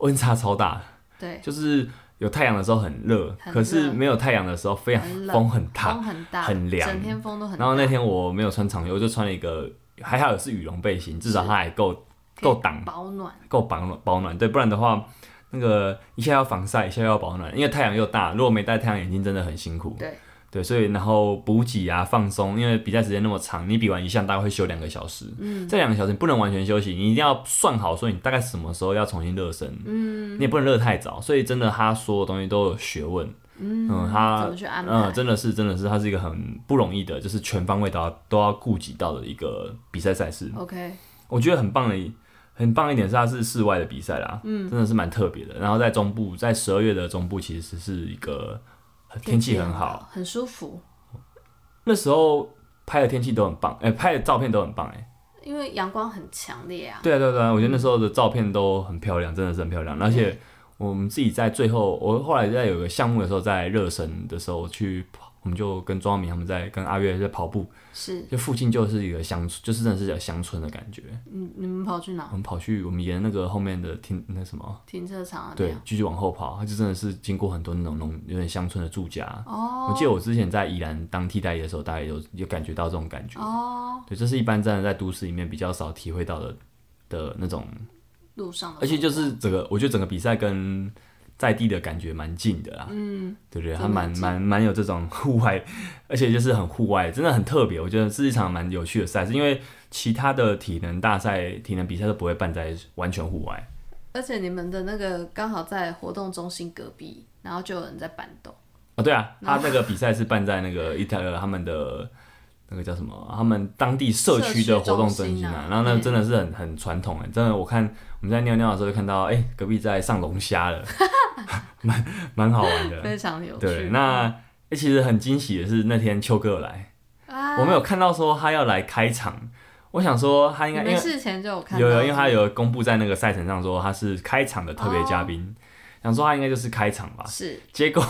A: 温差超大，
B: 对，
A: 就是有太阳的时候很热，
B: 很热
A: 可是没有太阳的时候非常
B: 很冷
A: 风很大。
B: 风很大，
A: 很凉
B: 整天风都很大，
A: 然后那天我没有穿长袖，我就穿了一个还好是羽绒背心，至少它还够
B: 可以
A: 够挡
B: 保暖，
A: 够保暖保暖，对，不然的话。那个一下要防晒，一下要保暖，因为太阳又大，如果没戴太阳眼镜真的很辛苦。
B: 对，
A: 对，所以然后补给啊、放松，因为比赛时间那么长，你比完一项大概会休两个小时。嗯，这两个小时你不能完全休息，你一定要算好，说你大概什么时候要重新热身。嗯，你也不能热太早，所以真的他所有东西都有学问。嗯，他
B: 怎么去安
A: 嗯，
B: 排？
A: 真的是真的是，它是一个很不容易的，就是全方位都要都要顾及到的一个比赛赛事。
B: OK，
A: 我觉得很棒的一，很棒一点是它是室外的比赛啦，嗯，真的是蛮特别的。然后在中部，在十二月的中部其实是一个天气很好，，
B: 很舒服，
A: 那时候拍的天气都很棒，哎、拍的照片都很棒、哎，
B: 因为阳光很强烈啊。
A: 对啊，对啊对啊，我觉得那时候的照片都很漂亮，真的是很漂亮。而且我们自己在最后，我后来在有个项目的时候，在热身的时候去跑，我们就跟庄明他们在跟阿月在跑步，
B: 是，
A: 就附近就是一个乡村，就是真的是有乡村的感觉。
B: 你你们跑去哪
A: 我？们跑去我们沿那个后面的停那什么，
B: 停车场啊？那
A: 对
B: 样，
A: 继续往后跑，它就真的是经过很多那种那种有点乡村的住家。
B: 哦
A: 我记得我之前在宜兰当替代役的时候，大概有有感觉到这种感觉。
B: 哦，
A: 对，这是一般真的在都市里面比较少体会到的的那种
B: 路上的风，
A: 而且就是整个，我觉得整个比赛跟在地的感觉蛮近的啦，
B: 嗯，
A: 对不对？
B: 真
A: 它
B: 的
A: 蛮
B: 很近
A: 蛮蛮有这种 户外，而且就是很户外，真的很特别。我觉得是一场蛮有趣的赛事，因为其他的体能大赛、体能比赛都不会办在完全户外。
B: 而且你们的那个刚好在活动中心隔壁，然后就有人在板斗，
A: 哦，对啊，他那个比赛是办在那 个伊塔他们的那个叫什么？他们当地社区的活动中
B: 社区中
A: 心
B: 心
A: 啊
B: 啊。
A: 然后那真的是很很传统哎，真的，我看我们在尿尿的时候就看到，哎、隔壁在上龙虾 了，蛮蛮好玩的。
B: 非常有趣。
A: 对，那、欸其实很惊喜的是那天秋哥有来，
B: 啊，
A: 我们有看到说他要来开场，我想说他应该
B: 你
A: 因
B: 们
A: 为
B: 事前就有看到，
A: 有有，因为他有公布在那个赛程上说他是开场的特别嘉宾，
B: 哦
A: 想说他应该就是开场吧，
B: 是
A: 结果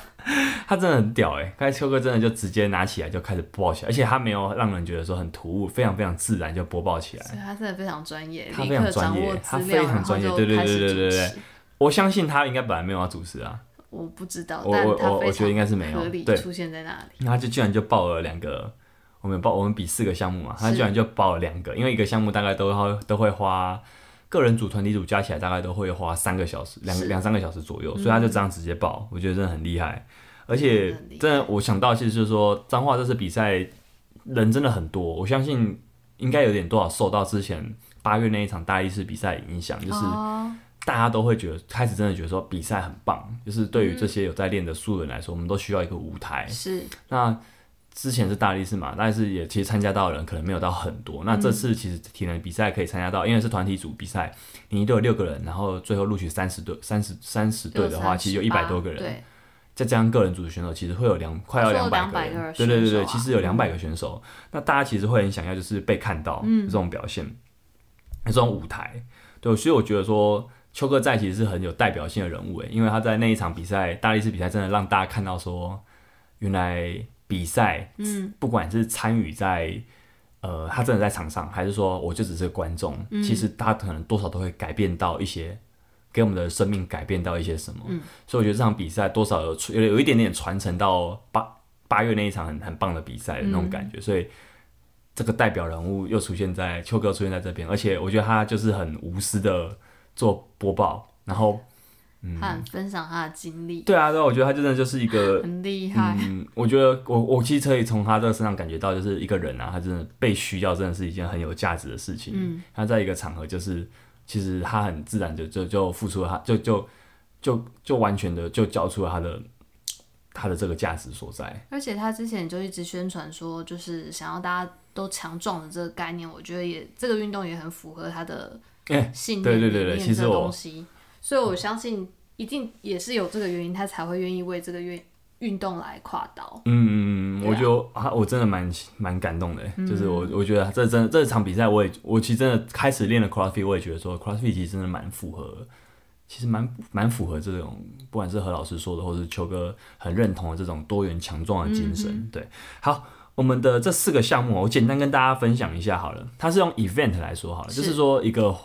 A: 他真的很屌哎、欸，刚才秋哥真的就直接拿起来就开始播报起来，而且他没有让人觉得说很突兀，非常非常自然就播报起来。
B: 所以他真的非常专业，
A: 他
B: 立
A: 非常
B: 刻
A: 专
B: 掌
A: 业
B: 握
A: 他
B: 资
A: 非
B: 料，
A: 常
B: 然后
A: 专业
B: 就
A: 对对
B: 开
A: 对
B: 始
A: 对对
B: 主
A: 对
B: 持
A: 我相信他应该本来没有要主持啊，
B: 我不知道，
A: 我
B: 哦但
A: 我
B: 他
A: 我
B: 非
A: 我觉得
B: 常
A: 应该是没有
B: 合理
A: 对
B: 出现在那里，
A: 那他就居然就报了两个，我们有报我们比四个项目嘛，他
B: 是
A: 居然就报了两个，因为一个项目大概都要都会花个人组、团体组加起来大概都会花三个小时，两
B: 是嗯
A: 两三个小时左右，所以他就这样直接报，我觉得真的很厉害。而且
B: 真的很厉害
A: 真的，我想到其实就是说，彰化这次比赛人真的很多，我相信应该有点多少受到之前八月那一场大力士比赛影响，就是
B: 哦
A: 大家都会觉得开始真的觉得说比赛很棒，就是对于
B: 嗯
A: 这些有在练的素人来说，我们都需要一个舞台。
B: 是
A: 那之前是大力士嘛，但是也其实参加到的人可能没有到很多。那这次其实体能比赛可以参加到，因为是团体组比赛，你一队有六个人，然后最后录取三十队、三十三十队的话，
B: 38
A: 其实有一百多个人，
B: 对，
A: 再加上个人组的选手，其实会有两快要
B: 说
A: 两百
B: 200个
A: 人。
B: 人
A: 对对对
B: 选手
A: 对，
B: 啊
A: 其实有两百个选手，那大家其实会很想要就是被看到、这种表现，这种舞台。对，所以我觉得说。邱哥在其实是很有代表性的人物诶，因为他在那一场比赛，大力士比赛真的让大家看到说，原来比赛
B: 嗯，
A: 不管是参与在呃他真的在场上，还是说我就只是观众，
B: 嗯
A: 其实他可能多少都会改变到一些。给我们的生命改变到一些什么，所以我觉得这场比赛多少有有有一点点传承到八八月那一场很很棒的比赛的那种感觉，所以这个代表人物又出现在秋哥出现在这边，而且我觉得他就是很无私的做播报，然后
B: 他很分享他的经历，
A: 嗯对啊对啊，我觉得他真的就是一个
B: 很厉害，
A: 嗯，我觉得我我其实可以从他这个身上感觉到，就是一个人啊，他真的被需要，真的是一件很有价值的事情。
B: 嗯，
A: 他在一个场合，就是其实他很自然就就就付出了他，就就就就完全的就交出了他的他的这个价值所在。
B: 而且他之前就一直宣传说，就是想要大家都强壮的这个概念，我觉得也这个运动也很符合他的
A: 哎
B: 信念、
A: 对对对对
B: 理念
A: 其实
B: 这个
A: 我
B: 东西，所以我相信一定也是有这个原因，他才会愿意为这个运运动来跨刀。
A: 嗯，
B: 对啊
A: 我就啊，我真的蛮蛮感动的，欸
B: 嗯
A: 就是我我觉得这真的这场比赛，我也我其实真的开始练了 CrossFit，我也觉得说 CrossFit 其实真的蛮符合，其实蛮蛮符合这种不管是何老师说的，或是秋哥很认同的这种多元强壮的精
B: 嗯
A: 神。对，好，我们的这四个项目，我简单跟大家分享一下好了。它是用 event 来说好了，
B: 是
A: 就是说一个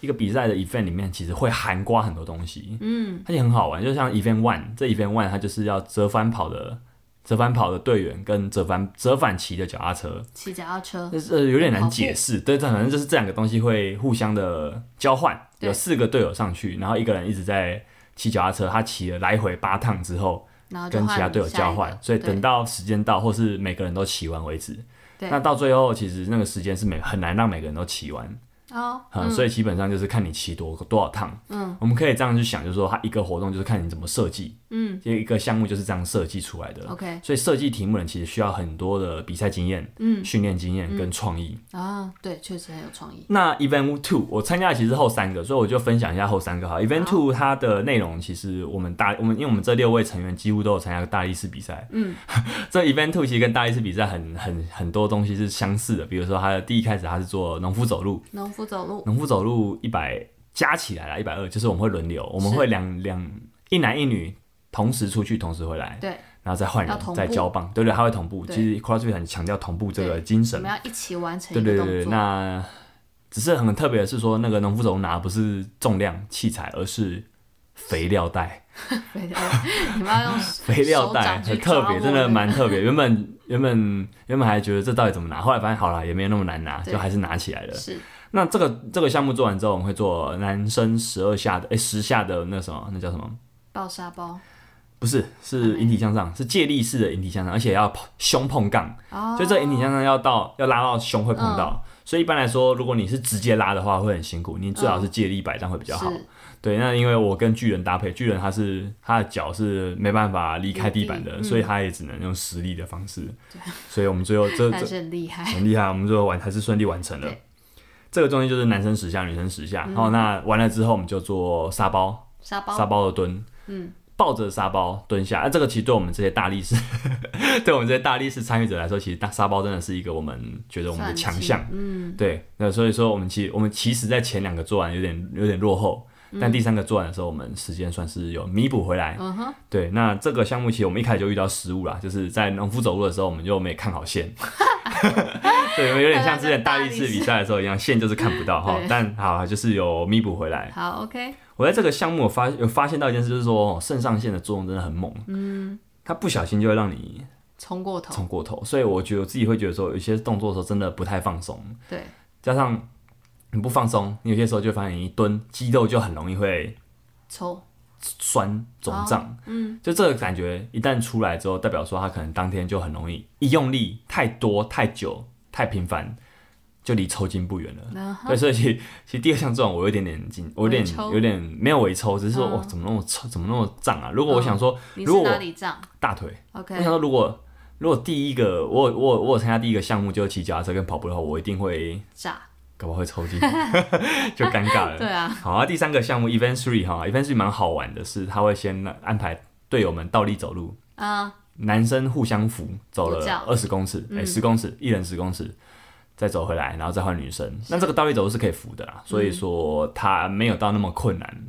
A: 一个比赛的 event 里面，其实会含刮很多东西。嗯，它也很好玩，就像 event one 这 event one，它就是要折返跑的。折返跑的队员跟折返折返骑的脚踏车，
B: 骑脚踏车，
A: 这是有点难解释。对，但反正就是这两个东西会互相的交换，
B: 对
A: 有四个队友上去，然后一个人一直在骑脚踏车，他骑了来回八趟之后，
B: 然哦后就
A: 跟其他
B: 换
A: 队友
B: 下一
A: 交
B: 个
A: 换，所以
B: 对
A: 等到时间到，或是每个人都骑完为止。
B: 对
A: 那到最后，其实那个时间是每很难让每个人都骑完，
B: 哦，
A: 嗯，所以基本上就是看你骑多多少趟。嗯，我们可以这样去想，就是说它一个活动就是看你怎么设计。嗯，就一个项目就是这样设计出来的。
B: OK
A: 所以设计题目人其实需要很多的比赛经验、嗯，训练经验跟创意。
B: 啊，对，确实很有创意。
A: 那 Event Two 我参加的其实是后三个，所以我就分享一下后三个哈。Event Two 它的内容其实我们大我们因为我们这六位成员几乎都有参加大力士比赛，嗯， 这 Event Two 其实跟大力士比赛很很很多东西是相似的，比如说它的第一开始它是做农夫走路，
B: 农夫走路，
A: 农夫走路一百加起来啦一百二，就是我们会轮流，我们会两两一男一女同时出去，同时回来，
B: 对，
A: 然后再换人
B: 要同步
A: 再交棒，对对，它会同步。
B: 对
A: 其实 CrossFit 很强调同步这个精
B: 我
A: 神
B: 们，要一起完成
A: 对
B: 一
A: 对
B: 个
A: 对对。
B: 动作。
A: 那只是很特别的是说，那个农夫走路拿的不是重量器材，而是肥料袋，
B: 对对对， 你们 要用
A: 肥料
B: 手
A: 袋
B: 掌去
A: 很特别，
B: 抓握
A: 真的
B: 那个
A: 蛮特别。原本原本原本还觉得这到底怎么拿，后来发现好了也没有那么难拿，
B: 对
A: 就还是拿起来了。
B: 是
A: 那这个这个项目做完之后，我们会做男生十二下的，哎、十下的那什么，那叫什么？
B: 抱沙包
A: 不是，是引体向上，是借力式的引体向上，而且要碰胸碰杠，
B: 哦，嗯
A: 就这个引体向上要到要拉到胸会碰到，所以一般来说，如果你是直接拉的话会很辛苦，你最好是借力摆这样会比较好。
B: 嗯是
A: 对，那因为我跟巨人搭配，巨人他是他的脚是没办法离开地板的，
B: 离地嗯
A: 所以他也只能用实力的方式，所以我们最后这
B: 还
A: 这
B: 是很厉害。
A: 很厉害，我们最后完还是顺利完成了
B: 对。
A: 这个东西就是男生十下，女生十下。然后那完了之后，我们就做沙包，
B: 沙包
A: 沙包的蹲，
B: 嗯，
A: 抱着沙包蹲下。啊，这个其实对我们这些大力士， 对我们这些大力士参与者来说，其实大沙包真的是一个我们觉得我们的
B: 算
A: 强
B: 是
A: 项。
B: 嗯，
A: 对，那所以说我们其我们其实，在前两个做完有点有点落后，但第三个做完的时候，我们时间算是有弥补回来。
B: 嗯哼，
A: 对，那这个项目其实我们一开始就遇到失误啦，就是在农夫走路的时候，我们就没看好线。 对，有点像之前大力士比赛的时候一样，线就是看不到哈
B: 对。
A: 但好，就是有弥补回来。
B: 好，OK，
A: 我在这个项目我发有发现到一件事，就是说哦肾上腺的作用真的很猛。嗯，它不小心就会让你
B: 冲过头，
A: 冲过头，所以我觉得我自己会觉得说，有些动作的时候真的不太放松。
B: 对，
A: 加上你不放松，你有些时候就发现你一蹲，肌肉就很容易会
B: 抽，
A: 酸肿胀、嗯，就这个感觉一旦出来之后，代表说他可能当天就很容易一用力太多、太久、太频繁，就离抽筋不远了。
B: 然后
A: 对，所以其实其实第二项这种我有点点紧，我有点
B: 嗯微抽
A: 有点没有微抽，只是说
B: 嗯
A: 哦怎么那么抽，怎么那么胀啊？如果我
B: 嗯
A: 想说
B: 你
A: 如
B: 是
A: 果
B: 哪
A: 我
B: 里胀
A: 大腿，我想
B: ？OK，
A: 说如果如果第一个我有我有我有参加第一个项目就是骑脚踏车跟跑步的话，我一定会
B: 炸，
A: 搞不好会抽筋， 就尴尬了。
B: 对啊，
A: 好啊，第三个项目 Event Three 哈，Event Three 蛮好玩的是，他会先呃安排队友们倒立走路，
B: 啊，
A: 男生互相扶走
B: 扶
A: 了
B: 脚
A: 二十公尺，哎、十、0公尺，一人十公尺，再走回来，然后再换女生。那这个倒立走路是可以扶的啦，所以说他没有到那么困难。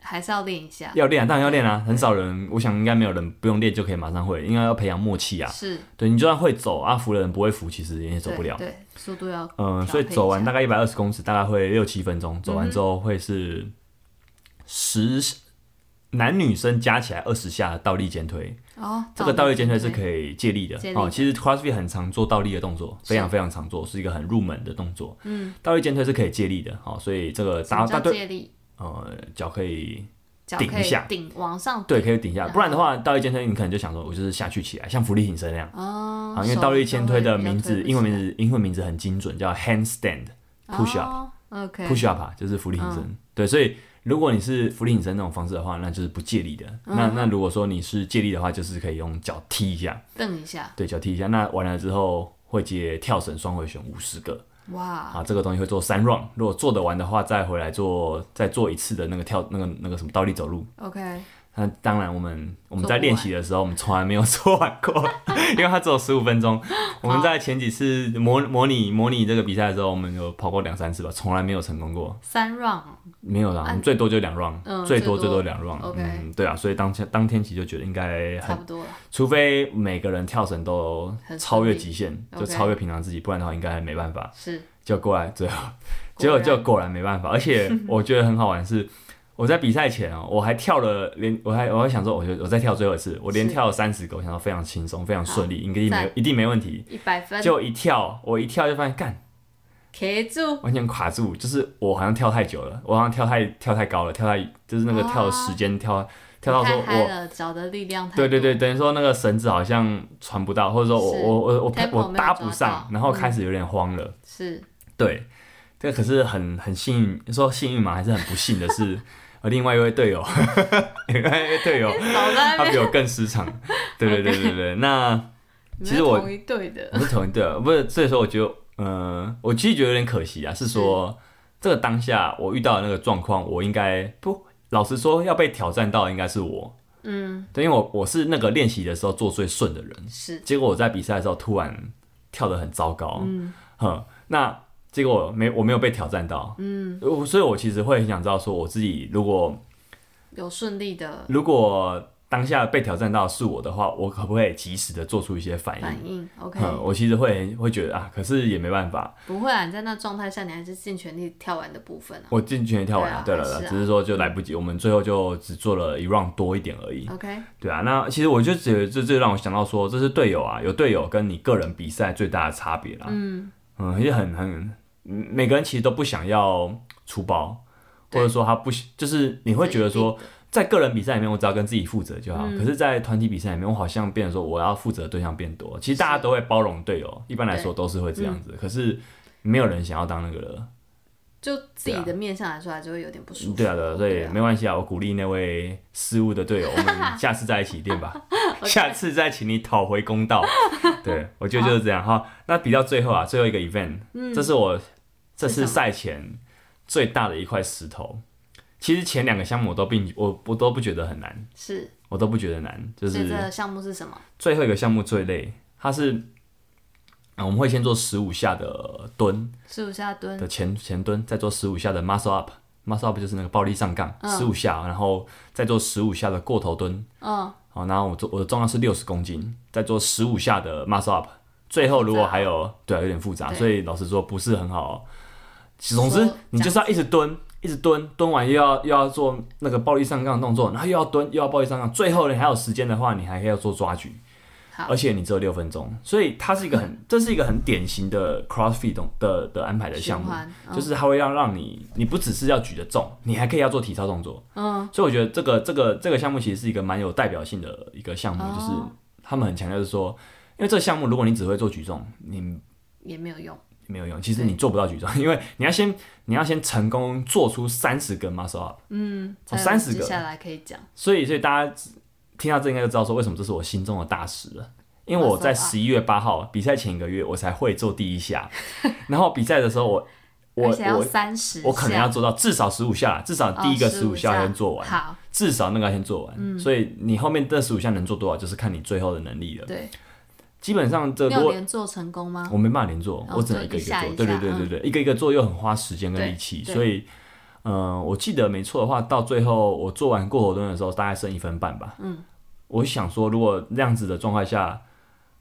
B: 还是要练一下，
A: 要练、啊，当然要练啊，很少人，我想应该没有人不用练就可以马上会，应该要培养默契啊。
B: 是，
A: 对你就算会走啊，扶的人不会扶，其实也走不
B: 对
A: 了。
B: 对，速度要，
A: 嗯，所以走完大概一百二十公尺，大概会六七分钟。走
B: 嗯
A: 完之后会是十、男女生加起来二十下的倒立肩推，
B: 哦，
A: 这个倒立肩推是
B: 以，
A: 可以借力的
B: 借力的
A: 哦。其实 CrossFit 很常做倒立的动作，
B: 是
A: 非常非常常做，是一个很入门的动作。嗯，倒立肩推是可以借力的哦，所以这个
B: 什
A: 大
B: 么
A: 大
B: 叫
A: 对
B: 借力，
A: 呃脚可以
B: 脚
A: 顶
B: 可
A: 一下
B: 以顶往上，
A: 对可以顶一下，不然的话倒立肩推你可能就想说我就是下去起来，像浮力挺身那样。
B: 哦，
A: 啊，因为
B: 手
A: 倒立
B: 就
A: 肩
B: 会
A: 推的
B: 比较
A: 名
B: 推
A: 字，
B: 不
A: 英文
B: 起
A: 名字，英文名字很精准，叫 handstand
B: 来
A: push up。
B: 哦 OK，
A: push up 啊就是俯卧撑，对，所以如果你是俯卧撑那种方式的话，那就是不借力的。那那如果说你是借力的话，就是可以用脚踢一下，
B: 蹬一下，
A: 对，脚踢一下。那完了之后会接跳绳双回旋五十个
B: 哇，
A: 啊，这个东西会做三 round。如果做得完的话，再回来做再做一次的那个跳那个那个什么倒立走路。
B: OK，
A: 那当然，我们我们
B: 做不
A: 在练习的时候，我们从来没有做完过， 因为它只有十五分钟。我们在前几次模模拟模拟这个比赛的时候，我们有跑过两三次吧，从来没有成功过。
B: 三 round
A: 没有啦，我们最多就两 round，、
B: 啊嗯
A: 最
B: 最多
A: 最多两 round。
B: OK
A: 嗯，对啊，所以当天当天其实就觉得应该
B: 差
A: 很，
B: 不多了，
A: 除非每个人跳绳都
B: 很顺利
A: 超越极限，就
B: OK
A: 超越平常自己，不然的话应该没办法。
B: 是，
A: 就 过来最后，
B: 果
A: 结果
B: 然
A: 就果然没办法。而 且我觉得很好玩是，我在比赛前哦、我还跳了连我还我还想说，我就我再跳最后一次，我连
B: 是
A: 跳了三十个，我想到非常轻松，非常顺利，应该
B: 赞
A: 没一定没问题。
B: 一百分，
A: 就一跳，我一跳就发现干。
B: 卡住，
A: 完全卡住，就是我好像跳太久了，我好像跳太跳太高了，跳太就是那个跳的时间、跳跳到说
B: 哦太嗨
A: 我，
B: 了，脚的力量太，
A: 对对，对，等于说那个绳子好像传不到，或者说我
B: 是
A: 我我我
B: 嗯 Tempo
A: 我搭不
B: 没有抓
A: 上
B: 到，
A: 然后开始有点慌了，
B: 是
A: 对。这可是很很幸运，说幸运嘛，还是很不幸的 是，呃，另外一位队友， 另外一位队友
B: 早在那
A: 他
B: 边
A: 比我更失常，对对对对对，那。
B: 你
A: 其实
B: 们
A: 我
B: 同一队的，
A: 不是同一队啊，不是，所以说我觉得，呃，我其实觉得有点可惜啊，是说这个当下我遇到的那个状况，我应该不，老实说，要被挑战到的应该是我，
B: 嗯，
A: 对，因为我我是那个练习的时候做最顺的人，
B: 是
A: 结果我在比赛的时候突然跳得很糟糕，
B: 嗯
A: 哼，那结果我没我没有被挑战到，嗯，我所以我其实会很想知道说我自己如果
B: 有顺利的
A: 如果当下被挑战到的是我的话，我可不可以及时的做出一些反应？
B: 反应，OK，
A: 嗯，我其实会会觉得啊，可是也没办法，
B: 不会啊，你在那状态下，你还是尽全力跳完的部分啊
A: 我进全力跳完了，
B: 对
A: 对
B: 啊
A: 了啦
B: 是啊
A: 只是说就来不及，我们最后就只做了一 round 多一点而已。
B: ，OK，
A: 对啊，那其实我就觉得这这让我想到说，这是队友啊，有队友跟你个人比赛最大的差别啦。
B: 嗯，
A: 嗯，也很很，嗯每个人其实都不想要出包，或
B: 对
A: 者说他不喜，就是你会觉得说，在个人比赛里面，我只要跟自己负责就好。
B: 嗯
A: 可是，在团体比赛里面，我好像变成说我要负责的对象变多。其实大家
B: 是
A: 都会包容队友，一般来说都是会这样
B: 嗯
A: 子。可是没有人想要当那个了。
B: 就自己
A: 对
B: 的面上来说，还是会有点不舒服，
A: 对啊，对啊，所以
B: 啊
A: 没关系啊，我鼓励那位失误的队友，我 们下次再一起练吧，下次再请你讨回公 道。对，我觉得就是这样哈。那比到最后啊，最后一个 event，、这是我这
B: 嗯是什
A: 次
B: 么
A: 赛前最大的一块石头。其实前两个项目我都并我我都不觉得很难，
B: 是，
A: 我都不觉得难，就
B: 所以这
A: 是
B: 个项目是什么？
A: 最后一个项目最累，它是。啊，我们会先做十五下的蹲
B: 十五下蹲
A: 的，前前蹲，再做十五下的 muscle up。muscle up 就是那个暴力上杠，
B: 嗯
A: 十五下，然后再做十五下的过头蹲。
B: 嗯，
A: 好，然后我做我的重量是六十公斤，再做十五下的 muscle up。最后如果还有对啊，有点复杂，
B: 哦对
A: 所以老实说不是很好。哦总之
B: 说，
A: 你就是要一直蹲，一直蹲，蹲完又要又要做那个暴力上杠的动作，然后又要蹲，又要暴力上杠。最后你还有时间的话，你还要做抓举。
B: 好
A: 而，且你只有六分钟，所以它是一个很，这是一个很典型的 CrossFit 动的的安排的项目
B: 循环，嗯
A: 就是它会让让你，你不只是要举得重，你还可以要做体操动作，
B: 嗯，
A: 所以我觉得这个这个这个项目其实是一个蛮有代表性的一个项目，
B: 哦
A: 就是他们很强调是说，因为这个项目如果你只会做举重，你
B: 也没有用，
A: 没有用，其实你做不到举重， 因为你要先你要先成功做出三十个 muscle up，
B: 嗯，
A: 哦
B: 再
A: 30个
B: 接下来可以讲，
A: 所以所以大家听到这应该就知道说为什么这是我心中的大事了。因为我在
B: Muscle up
A: 十一月八号比赛前一个月，我才会做第一 下，然后比赛的时候我我
B: 而且要
A: 我
B: 三十，
A: 我可能要做到至少十五下啦，至少第一个
B: 哦
A: 十五
B: 15
A: 下先做完。
B: 好，嗯
A: 至少那个要先做完。所以你后面这十五项能做多少，就是看你最后的能力了。
B: 对，
A: 基本上这
B: 你
A: 如
B: 嗯有
A: 果
B: 连做成功吗？
A: 我没办法连做，
B: 哦
A: 我只能一个
B: 就一
A: 个
B: 下
A: 做。
B: 一嗯
A: 对对
B: 下
A: 对对对，一个一个做又很花时间跟
B: 对
A: 力气，
B: 对
A: 所以。嗯，我记得没错的话，到最后我做完过活蹲的时候，大概剩一分半吧。
B: 嗯，
A: 我想说，如果那样子的状态下，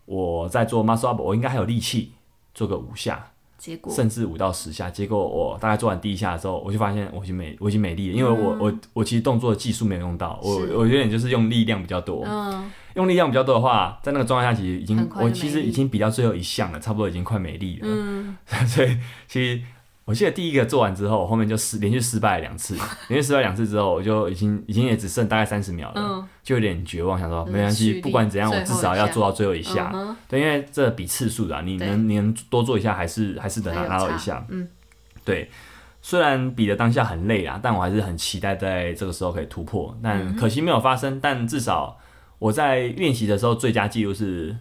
A: 我在做 muscle up，我应该还有力气做个五下，
B: 结果
A: 甚至五到十下。结果我大概做完第一下的时候，我就发现我已经没我已经没力了，因为我、我我其实动作的技术没有用到，我
B: 嗯是
A: 我有点就是用力量比较多。
B: 嗯，
A: 用力量比较多的话，在那个状态下，其实已经
B: 很快就嗯
A: 我其实
B: 没力
A: 已经比较最后一项了，差不多已经快没力了。 所以其实我记得第一个做完之后，我后面就失连续失败了两 次，连续失败两次之后，我就已经已经也只剩大概三十秒了，
B: 嗯
A: 就有点绝望，想说
B: 嗯
A: 没关
B: 蓄
A: 系，
B: 力
A: 不管怎样，我
B: 最后
A: 至少要
B: 一下
A: 做到最后一下。
B: 嗯哼
A: 对，因为这比次数的、啊，你
B: 对
A: 能你能多做一下，还是还是等他
B: 还有
A: 拿到一
B: 差
A: 下。
B: 嗯，
A: 对，虽然比的当下很累啊，但我还是很期待在这个时候可以突破，
B: 嗯
A: 但可惜没有发生。但至少我在练习的时候，最佳记录是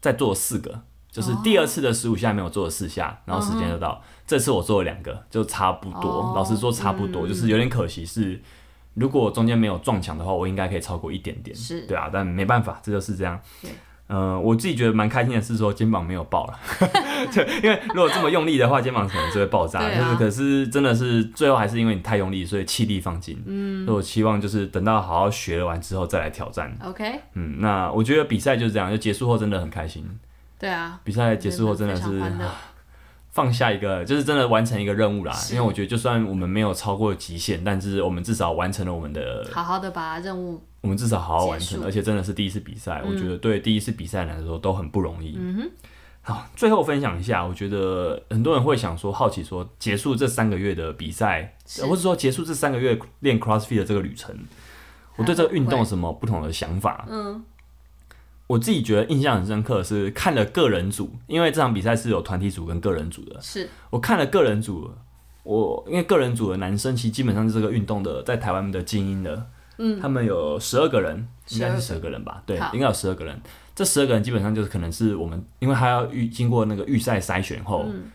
A: 在做四个，就是第二次的十五下没有做了四下，然后时间就到。这次我做了两个，就差不多。
B: 哦
A: 老实说，差不多，
B: 嗯
A: 就是有点可惜是。如果中间没有撞墙的话，我应该可以超过一点点，
B: 是
A: 对啊，但没办法，这就是这样
B: 对。
A: 嗯、我自己觉得蛮开心的是说肩膀没有爆了，对，因为如 果这么用力的话，肩膀可能就会爆炸。
B: 对
A: 就
B: 啊
A: 是可是真的是最后还是因为你太用力，所以气力放尽。嗯，所以我希望就是等到好好学了完之后再来挑战。
B: ，OK，
A: 嗯，那我觉得比赛就是这样，就结束后真的很开心。
B: 对啊，
A: 比赛结束后真的
B: 非
A: 是
B: 常欢乐
A: 放下一个，就是真的完成一个任务啦。
B: 是
A: 因为我觉得就算我们没有超过极限，但是我们至少完成了我们的
B: 好好的把任务，
A: 我们至少好好完
B: 结
A: 成，
B: 束嗯
A: 而且真的是第一次比赛，我觉得对第一次比赛来说都很不容易。嗯好，最后分享一下，我觉得很多人会想说，好奇说，结束这三个月的比赛，
B: 是
A: 呃或者说结束这三个月练 CrossFit 的这个旅程，我对这个运动有什么不同的想法？
B: 嗯，
A: 我自己觉得印象很深刻的是看了个人组，因为这场比赛是有团体组跟个人组的。
B: 是
A: 我看了个人组，我因为个人组的男生其实基本上是这个运动的在台湾的精英的，嗯，他们有十二个人，应该是十二个人吧？对
B: 好，
A: 应该有十二个人。这十二个人基本上就是可能是我们，因为他要预经过那个预赛筛选后、
B: 嗯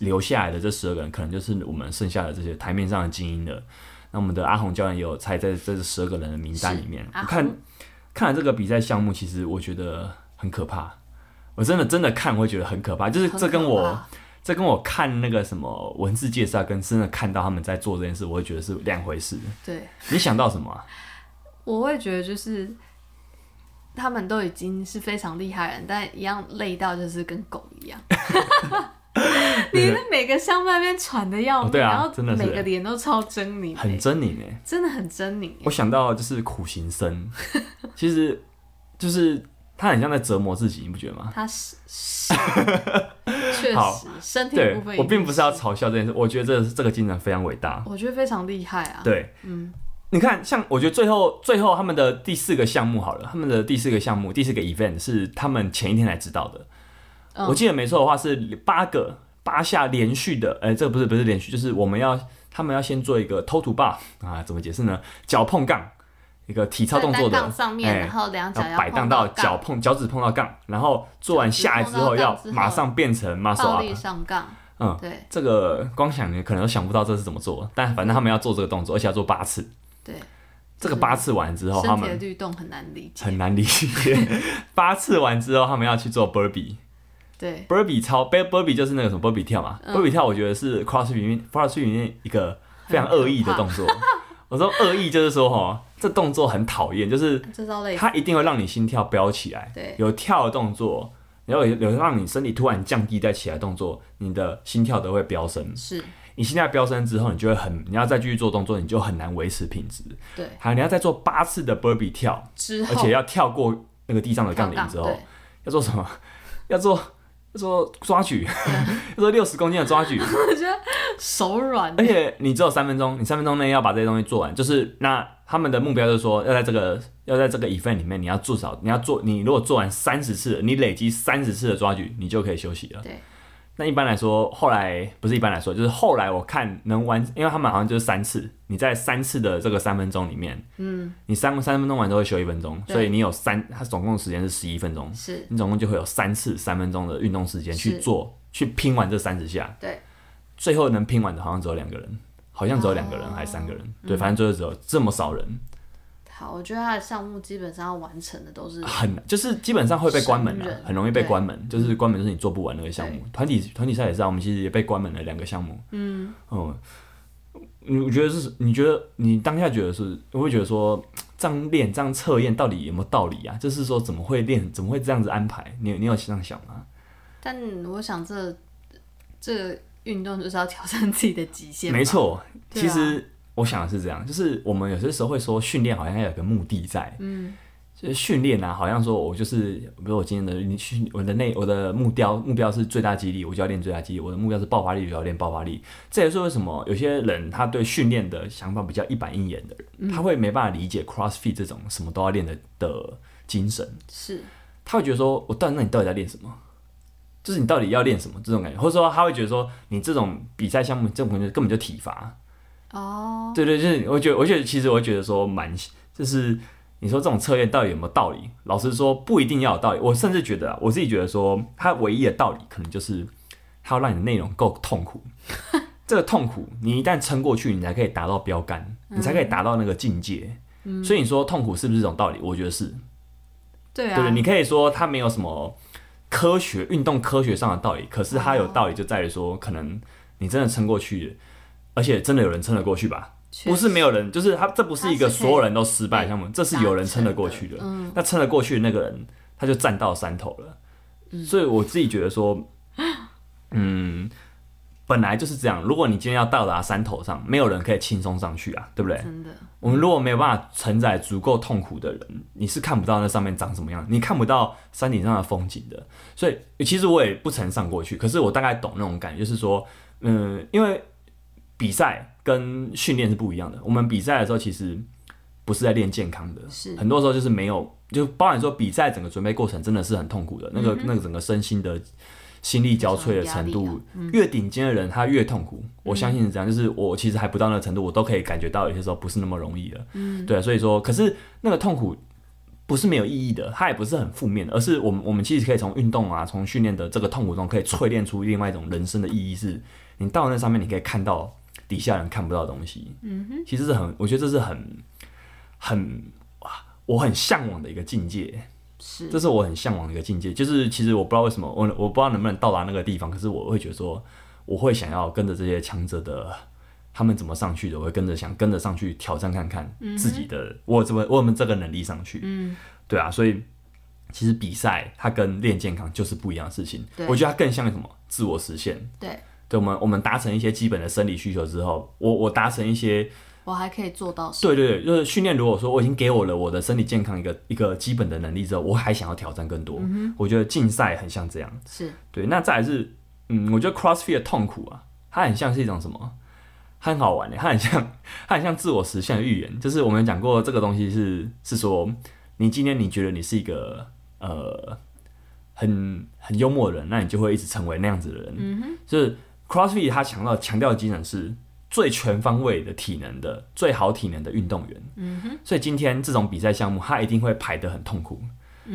A: 留下来的这十二个人，可能就是我们剩下的这些台面上的精英了。那我们的阿红教练也有猜在这十二个人的名单里面。
B: 阿
A: 我
B: 红
A: 看看了这个比赛项目，其实我觉得很可怕。我真的真的看，我会觉得很可怕。就是
B: 很
A: 这跟
B: 可
A: 我
B: 怕
A: 这跟我看那个什么文字介绍，跟真的看到他们在做这件事，我会觉得是两回事。
B: 对，
A: 你想到什么啊、
B: 我会觉得就是他们都已经是非常厉害人，但一样累到就是跟狗 一样。 你那每个项目那边喘的要
A: 哦
B: 命，
A: 对啊
B: 然后
A: 真的是
B: 每个脸都超狰狞的，
A: 很狰狞哎！
B: 真的很狰狞
A: 我
B: 耶。
A: 想到就是苦行僧，其实就是他很像在折磨自己，你不觉得吗？
B: 他是 是确
A: 啊好
B: 实身体的
A: 对
B: 部分，
A: 我
B: 一定
A: 并不是要嘲笑这件事，我觉得这这个精神非常伟大。
B: 我觉得非常厉害啊。
A: 对，
B: 嗯，
A: 你看，像我觉得最后最后他们的第四个项目好了，他们的第四个项目第四个 event 是他们前一天才知道的。
B: 嗯
A: 我记得没错的话是八个八下连续的，哎、这个不是不是连续，就是我们要他们要先做一个偷土霸啊，怎么解释呢？脚碰杠，一个体操动作
B: 在单
A: 的
B: 杠，上面，
A: 哎
B: 然后两脚
A: 然后
B: 要
A: 摆荡
B: 碰
A: 到
B: 杠
A: 脚碰脚趾碰到杠，然后做完下来之后
B: 脚趾碰到
A: 要
B: 杠之后
A: 马上变成 muscle
B: 暴
A: up
B: 力。上杠。
A: 嗯
B: 对
A: 这个光想你可能都想不到这是怎么做，但反正他们要做这个动作，而且要做八次。
B: 对，
A: 这个八次完之后，他
B: 嗯身体
A: 们
B: 的律动很难理解。
A: 很难理解。 八次完之后，他们要去做 burpee，burpee
B: 对，
A: 超 burpee 就是那个什么 burpee 跳嘛、b
B: 嗯
A: u r p e e 跳我觉得是 crossfit 里面 crossfit 里面一个非常恶意的动作。 我说恶意就是说哈，这动作很讨厌，就是
B: 这招类
A: 它一定会让你心跳飙起来，
B: 对
A: 有跳的动作，然后有有让你身体突然降低再起来的动作，你的心跳都会飙升。
B: 是
A: 你心跳飙升之后，你就会很，你要再继续做动作，你就很难维持品质。
B: 对
A: 好，你要再做八次的 burpee 跳，
B: 之后，
A: 而且要跳过那个地上的
B: 跳
A: 杠铃之后
B: 对，
A: 要做什么？ 要做要做抓举， 要做六十公斤的抓举，
B: 我觉得手软
A: 而。且你只有三分钟，你三分钟内要把这些东西做完。就是那他们的目标就是说，要在这个要在这个 event 里面，你要至少你要做，你如果做完三十次，你累积三十次的抓举，你就可以休息了。
B: 对，
A: 那一般来说，后来不是一般来说，就是后来我看能完，因为他们好像就是三次，你在三次的这个三分钟里面，嗯，你三三分钟完之后会休一分钟，
B: 对
A: 所以你有三，它总共时间是十一分钟，
B: 是，
A: 你总共就会有三次三分钟的运动时间去
B: 是
A: 做，去拼完这三十下，
B: 对，
A: 最后能拼完的好像只有两个人，好像只有两个人还是三个
B: 哦
A: 人，
B: 嗯
A: 对，反正最后只有这么少人，
B: 好，我觉得他的项目基本上要完成的都是
A: 很难，就是基本上会被关门
B: 神
A: 了、
B: 人
A: 很容易被
B: 对嗯
A: 关门，就是关门就是你做不完那个项目。团体团体赛也是啊，我们其实也被关门了两个项目。嗯，哦、你我觉得是，你觉得你当下觉得是，我会觉得说这样练这样测验到底有没有道理啊？就是说怎么会练，怎么会这样子安排？你你有这样想吗？
B: 但我想这这个运动就是要挑战自己的极限，
A: 没，错，
B: 对啊
A: 其实我想的是这样，就是我们有些时候会说训练好像要有个目的在，
B: 嗯，
A: 就是训练啊，好像说我就是，比如我今天的你训，我的内我的目标目标是最大肌力，我就要练最大肌力；我的目标是爆发力，我就要练爆发力。这也是为什么有些人他对训练的想法比较一板一眼的人，他会没办法理解 CrossFit 这种什么都要练的的精神。
B: 是
A: 他会觉得说，我到底那你到底在练什么？就是你到底要练什么这种感觉，或者说他会觉得说，你这种比赛项目，这种感觉根本就体罚。
B: 哦，
A: 对对，就是我觉得，我觉得其实我觉得说蛮，就是你说这种测验到底有没有道理？老实说，不一定要有道理。我甚至觉得啊，我自己觉得说，它唯一的道理可能就是它要让你的内容够痛苦。这个痛苦，你一旦撑过去，你才可以达到标杆，你才可以达到那个境界。所以你说痛苦是不是这种道理？我觉得是，
B: 对
A: 对
B: 啊
A: 对，，你可以说它没有什么科学运动科学上的道理，可是它有
B: 哦
A: 道理就在于说，可能你真的撑过去，而且真的有人撑得过去吧？
B: 确
A: 不是没有人，就是他这不是一个
B: 他是可以
A: 所有人都失败的项目，这是有人撑得过去的
B: 达。成的嗯
A: 那撑得过去的那个人，他就站到山头了。
B: 嗯
A: 所以我自己觉得说， 嗯，本来就是这样。如果你今天要到达山头上，没有人可以轻松上去啊，对不对？
B: 真的
A: 我们如果没有办法承载足够痛苦的人，你是看不到那上面长什么样，你看不到山顶上的风景的。所以其实我也不曾上过去，可是我大概懂那种感觉，就是说，嗯，因为比赛跟训练是不一样的。我们比赛的时候，其实不是在练健康的，
B: 是
A: 很多时候就是没有，就包含说比赛整个准备过程真的是很痛苦的，那个、那个整个身心的心力交瘁的程
B: 压力
A: 度
B: 啊，
A: 越顶尖的人他越痛苦，我相信是这样，就是我其实还不到那个程度，我都可以感觉到有些时候不是那么容易的，嗯，对啊，所以说，可是那个痛苦。不是没有意义的，它也不是很负面的，而是我们我们其实可以从运动啊，从训练的这个痛苦中，可以淬炼出另外一种人生的意义是，你到了那上面，你可以看到底下人看不到的东西。嗯哼，其实是很，我觉得这是很很哇我很向往的一个境界，
B: 是
A: 这是我很向往的一个境界。就是其实我不知道为什么，我我不知道能不能到达那个地方，可是我会觉得说，我会想要跟着这些强者的。他们怎么上去的？我会跟着想跟着上去挑战看看自己的，我怎么我有没有这个能力上去？嗯，对啊，所以其实比赛它跟练健康就是不一样的事情
B: 对。
A: 我觉得它更像什么？自我实现。
B: 对
A: 对，我们我们达成一些基本的生理需求之后，我我达成一些，
B: 我还可以做到什么？
A: 对对对，就是训练。如果说我已经给我了我的身体健康一个一个基本的能力之后，我还想要挑战更多，我觉得竞赛很像这样。
B: 是
A: 对，那再来是，嗯，我觉得 CrossFit 的痛苦啊，它很像是一种什么？它很好玩的，欸它很像， 它很像自我实现的预言。就是我们讲过这个东西是是说，你今天你觉得你是一个呃很很幽默的人，那你就会一直成为那样子的人。嗯、就是 CrossFit 它强调强调的精神是最全方位的体能的最好体能的运动员。嗯哼，所以今天这种比赛项目，它一定会排得很痛苦。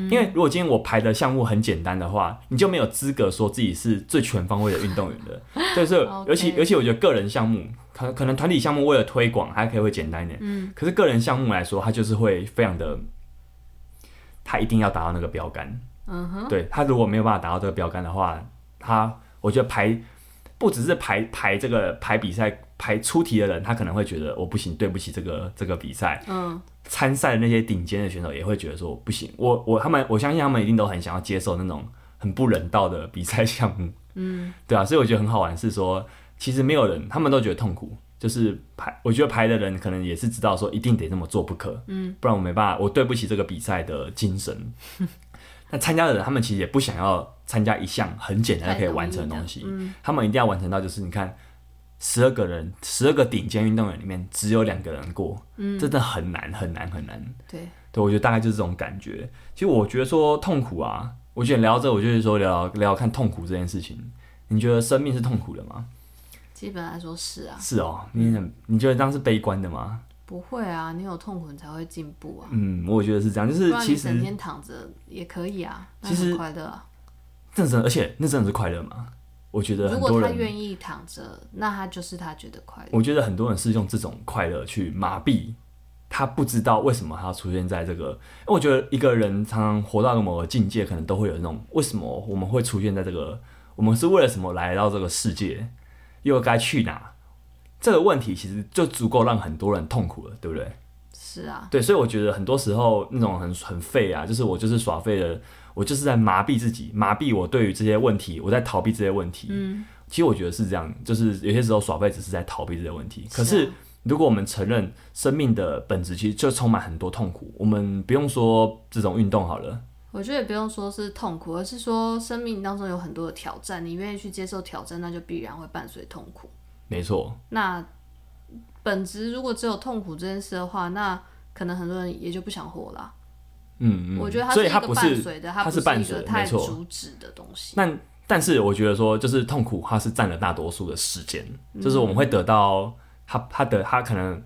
A: 因为如果今天我排的项目很简单的话，你就没有资格说自己是最全方位的运动员的。对，所以
B: OK
A: 尤其尤其我觉得个人项目，可可能团体项目为了推广还可以会简单一点，嗯，可是个人项目来说，它就是会非常的，它一定要达到那个标杆，
B: 嗯哼，
A: 对他如果没有办法达到这个标杆的话，他我觉得排不只是排排这个排比赛排出题的人，他可能会觉得我不行，对不起这个这个比赛，
B: 嗯，
A: 参赛的那些顶尖的选手也会觉得说不行，我我他们我相信他们一定都很想要接受那种很不人道的比赛项目，嗯，对啊，所以我觉得很好玩是说，其实没有人他们都觉得痛苦。就是排，我觉得排的人可能也是知道说一定得这么做不可，嗯，不然我没办法，我对不起这个比赛的精 神，那参加的人，他们其实也不想要参加一项很简单就可以完成的东西，他们一定要完成到就是你看，十二个人，十二个顶尖运动员里面只有两个人过，真的很难很难很难。
B: 对，
A: 对，我觉得大概就是这种感觉。其实我觉得说痛苦啊，我觉得聊到这，我就是说聊聊看痛苦这件事情。你觉得生命是痛苦的吗？
B: 基本来说是啊，
A: 是哦，你很你觉得这样是悲观的吗？
B: 不会啊，你有痛苦你才会进步啊，
A: 嗯，我也觉得是这样，就
B: 不
A: 是
B: 然
A: 其
B: 你
A: 实
B: 整天躺着也可以啊，那
A: 其实
B: 很快乐啊。
A: 那真的，而且那真的是快乐吗？我觉得
B: 如
A: 很
B: 果
A: 多
B: 他
A: 人
B: 愿意躺着，那他就是他觉得快乐。
A: 我觉得很多人是用这种快乐去麻痹他，不知道为什么他出现在这个。因为我觉得一个人常常活到某个境界，可能都会有那种为什么我们会出现在这个，我们是为了什么来到这个世界，又该去哪？这个问题其实就足够让很多人痛苦了，对不对？
B: 是啊，
A: 对，所以我觉得很多时候那种很很废啊，就是我就是耍废的，我就是在麻痹自己，麻痹我对于这些问题，我在逃避这些问题。嗯，其实我觉得是这样，就是有些时候耍废只是在逃避这些问题。可
B: 是
A: 是
B: 啊
A: 如果我们承认生命的本质其实就充满很多痛苦，我们不用说这种运动好了，
B: 我觉得也不用说是痛苦，而是说生命当中有很多的挑战，你愿意去接受挑战，那就必然会伴随痛苦。
A: 没错，
B: 那本质如果只有痛苦这件事的话，那可能很多人也就不想活了。啊
A: 嗯嗯，
B: 我觉得它
A: 所
B: 是
A: 以
B: 一
A: 它
B: 个
A: 不
B: 伴
A: 是
B: 随的，
A: 它
B: 它不
A: 是
B: 是
A: 伴
B: 一
A: 随
B: 个
A: 的
B: 太
A: 没错
B: 主旨的东西。
A: 那但是我觉得说，就是痛苦，它是占了大多数的时间，就是我们会得到它，它的它可能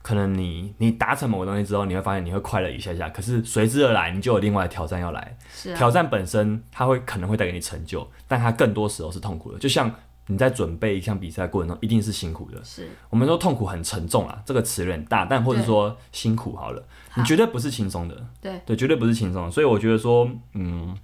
A: 可能你你达成某个东西之后，你会发现你会快乐一下下，可是随之而来，你就有另外的挑战要来。
B: 是啊，
A: 挑战本身，它会可能会带给你成就，但它更多时候是痛苦的。就像你在准备一项比赛过程中，一定是辛苦的。
B: 是
A: 我们说痛苦很沉重啊，这个词有点大，但或者
B: 对
A: 说辛苦好了，你
B: 好
A: 绝对不是轻松的。
B: 对，
A: 对，绝对不是轻松的。所以我觉得说，嗯，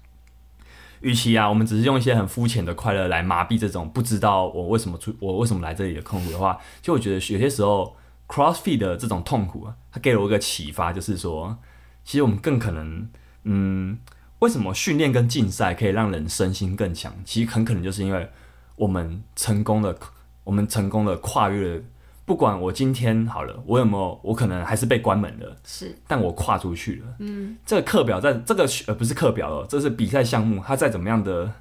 A: 与其啊，我们只是用一些很肤浅的快乐来麻痹这种不知道我为什么出我为什么来这里的痛苦的话，就我觉得有些时候 CrossFit 的这种痛苦啊，它给了我一个启发，就是说，其实我们更可能，嗯，为什么训练跟竞赛可以让人身心更强？其实很可能就是因为我们成功的，我们成功的跨越了。不管我今天好了，我有没有，我可能还是被关门的，
B: 是
A: 但我跨出去了。嗯，这个哦课表在这个呃不是课表了，这是比赛项目，它再怎么样的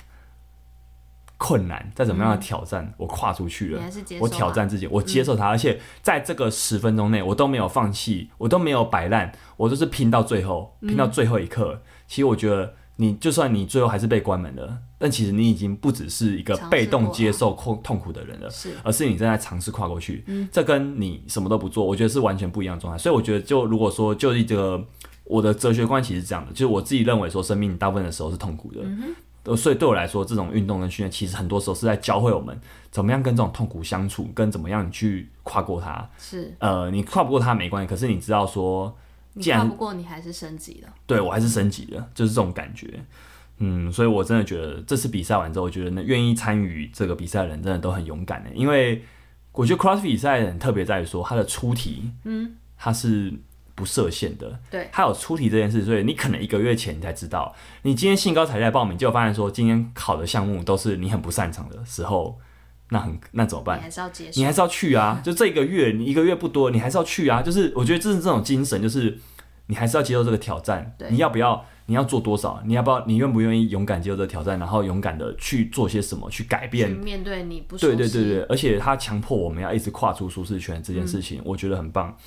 A: 困难，再怎么样的挑战，我跨出去
B: 嗯你
A: 了
B: 还。是接受嗯
A: 我
B: 吗
A: 挑战自己，我接受它，而且在这个十分钟内，我都没有放弃，我都没有摆烂，我就是拼到最后，
B: 嗯
A: 拼到最后一刻。其实我觉得，你就算你最后还是被关门了，但其实你已经不只是一个
B: 尝试
A: 被动
B: 过
A: 接
B: 了
A: 受痛痛苦的人了，
B: 是
A: 而是你正在尝试跨过去。
B: 嗯
A: 这跟你什么都不做，我觉得是完全不一样的状态。所以我觉得，就如果说就一个我的哲学观其实是这样的，就是我自己认为说，生命大部分的时候是痛苦的。
B: 嗯
A: 呃所以对我来说，这种运动跟训练，其实很多时候是在教会我们怎么样跟这种痛苦相处，跟怎么样去跨过它。
B: 是，
A: 呃，你跨不过它没关系，可是你知道说，
B: 你
A: 既
B: 跨
A: 然
B: 不过你还是升级了，
A: 对我还是升级了，就是这种感觉。嗯，所以我真的觉得这次比赛完之后，我觉得那愿意参与这个比赛的人真的都很勇敢的，欸因为我觉得 CrossFit 比赛很特别在于说它的出题，嗯，它是不设限的，
B: 对，
A: 它有出题这件事，所以你可能一个月前你才知道，你今天兴高采烈地报名，结果发现说今天考的项目都是你很不擅长的时候，那很那怎么办
B: 你？还是要接受
A: 你。还是要去啊！就这一个月，你一个月不多，你还是要去啊！就是我觉得这是这种精神，就是你还是要接受这个挑战。
B: 对
A: 你要不要？你要做多少？你要不要？你愿不愿意勇敢接受这个挑战？然后勇敢的去做些什么，去改
B: 去
A: 变？
B: 面对你不熟
A: 对
B: 悉，
A: 对对对，而且他强迫我们要一直跨出舒适圈这件事情，我觉得很棒。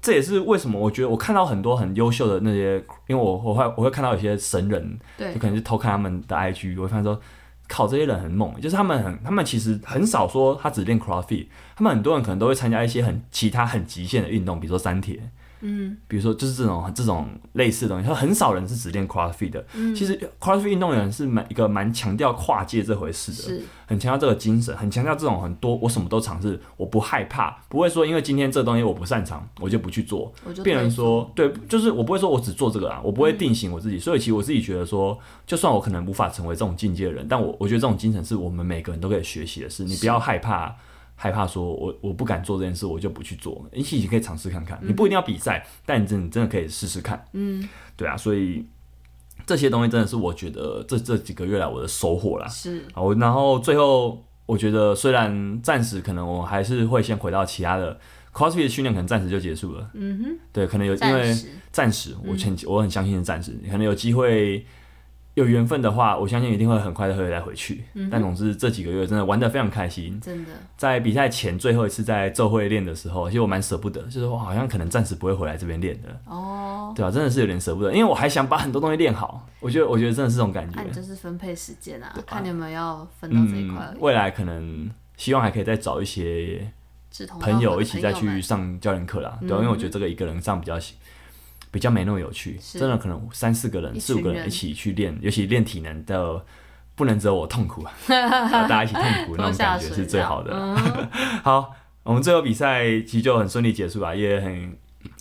A: 这也是为什么我觉得我看到很多很优秀的那些，因为我我会我会看到有些神人，
B: 对
A: 就可能是偷看他们的 IG，我会发现说，靠，这些人很猛，就是他们很，他们其实很少说他只练 CrossFit，他们很多人可能都会参加一些很其他很极限的运动，比如说三铁，嗯，比如说就是这种这种类似的东西，很少人是只练 CrossFit 的。
B: 嗯
A: 其实 CrossFit 运动员是蛮一个蛮强调跨界这回事的，
B: 是
A: 很强调这个精神，很强调这种很多我什么都尝试，我不害怕，不会说因为今天这东西我不擅长，我就不去做。
B: 我就
A: 变
B: 退
A: 成
B: 缩
A: 说，对，就是我不会说我只做这个啊，我不会定型我自己。所以其实我自己觉得说，就算我可能无法成为这种境界的人，但我我觉得这种精神是我们每个人都可以学习的事。你不要害怕。害怕说我，我不敢做这件事，我就不去做。一起可以尝试看看，你不一定要比赛，但你真你真的可以试试看。嗯，对啊，所以这些东西真的是我觉得这这几个月来我的收获啦。
B: 是
A: 好，然后最后我觉得，虽然暂时可能我还是会先回到其他的 CrossFit 的训练，可能暂时就结束了。嗯哼，对，可能有因
B: 暂
A: 为
B: 时
A: 暂时，
B: 嗯
A: 我很、我很相信是暂时，可能有机会。有缘分的话，我相信一定会很快的会再回去。
B: 嗯
A: 但总之这几个月真的玩得非常开心。
B: 真的
A: 在比赛前最后一次在奏会练的时候，其实我蛮舍不得，就是我好像可能暂时不会回来这边练的，
B: 哦。
A: 对啊，真的是有点舍不得，因为我还想把很多东西练好。我觉得，我觉得真的是这种感觉。
B: 那你就是分配时间啊
A: 对，
B: 看
A: 啊
B: 你有没有要分到这一块而
A: 嗯，
B: 已。
A: 未来可能希望还可以再找一些
B: 志同道合
A: 朋
B: 的
A: 友一起再
B: 朋友
A: 去
B: 们嗯
A: 上教练课啦，对啊、因为我觉得这个一个人上比较比较没那么有趣，
B: 是
A: 真的可能三四个人、
B: 一
A: 四
B: 群
A: 五个人
B: 人
A: 一起去练，尤其练体能的。不能只有我痛苦 啊，大家一起痛苦那
B: 拖
A: 种
B: 下
A: 感觉
B: 水
A: 是最好的。
B: 啊
A: 好，我们最后比赛其实就很顺利结束了，啊也很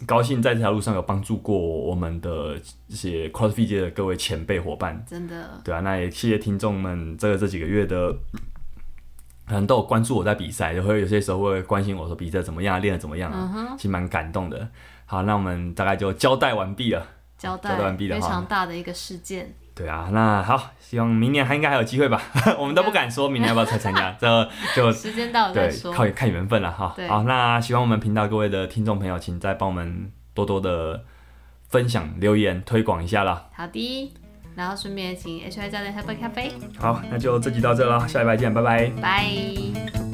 A: 高兴在这条路上有帮助过我们的这些 CrossFit 界的各位前辈伙伴。
B: 真的
A: 对啊，那也谢谢听众们这这几个月的，可能都有关注我在比赛，也会有些时候会关心我说比赛怎么样，练的怎么样啊，
B: 嗯
A: 其实蛮感动的。好，那我们大概就交代完毕了。
B: 交
A: 交代完毕的
B: 非
A: 话
B: 常大的一个事件，
A: 对啊，那好，希望明年还应该还有机会吧。 我们都不敢说明年要不要再参 加，这就
B: 时间到了再
A: 对
B: 说。
A: 靠看缘分了哈
B: 对。
A: 好，那希望我们频道各位的听众朋友，请再帮我们多多的分享、留言、推广一下啦。
B: 好的，然后顺便请 HY 教练喝杯咖啡，
A: 好，那就这集到这了，下礼拜见，拜拜。
B: 拜。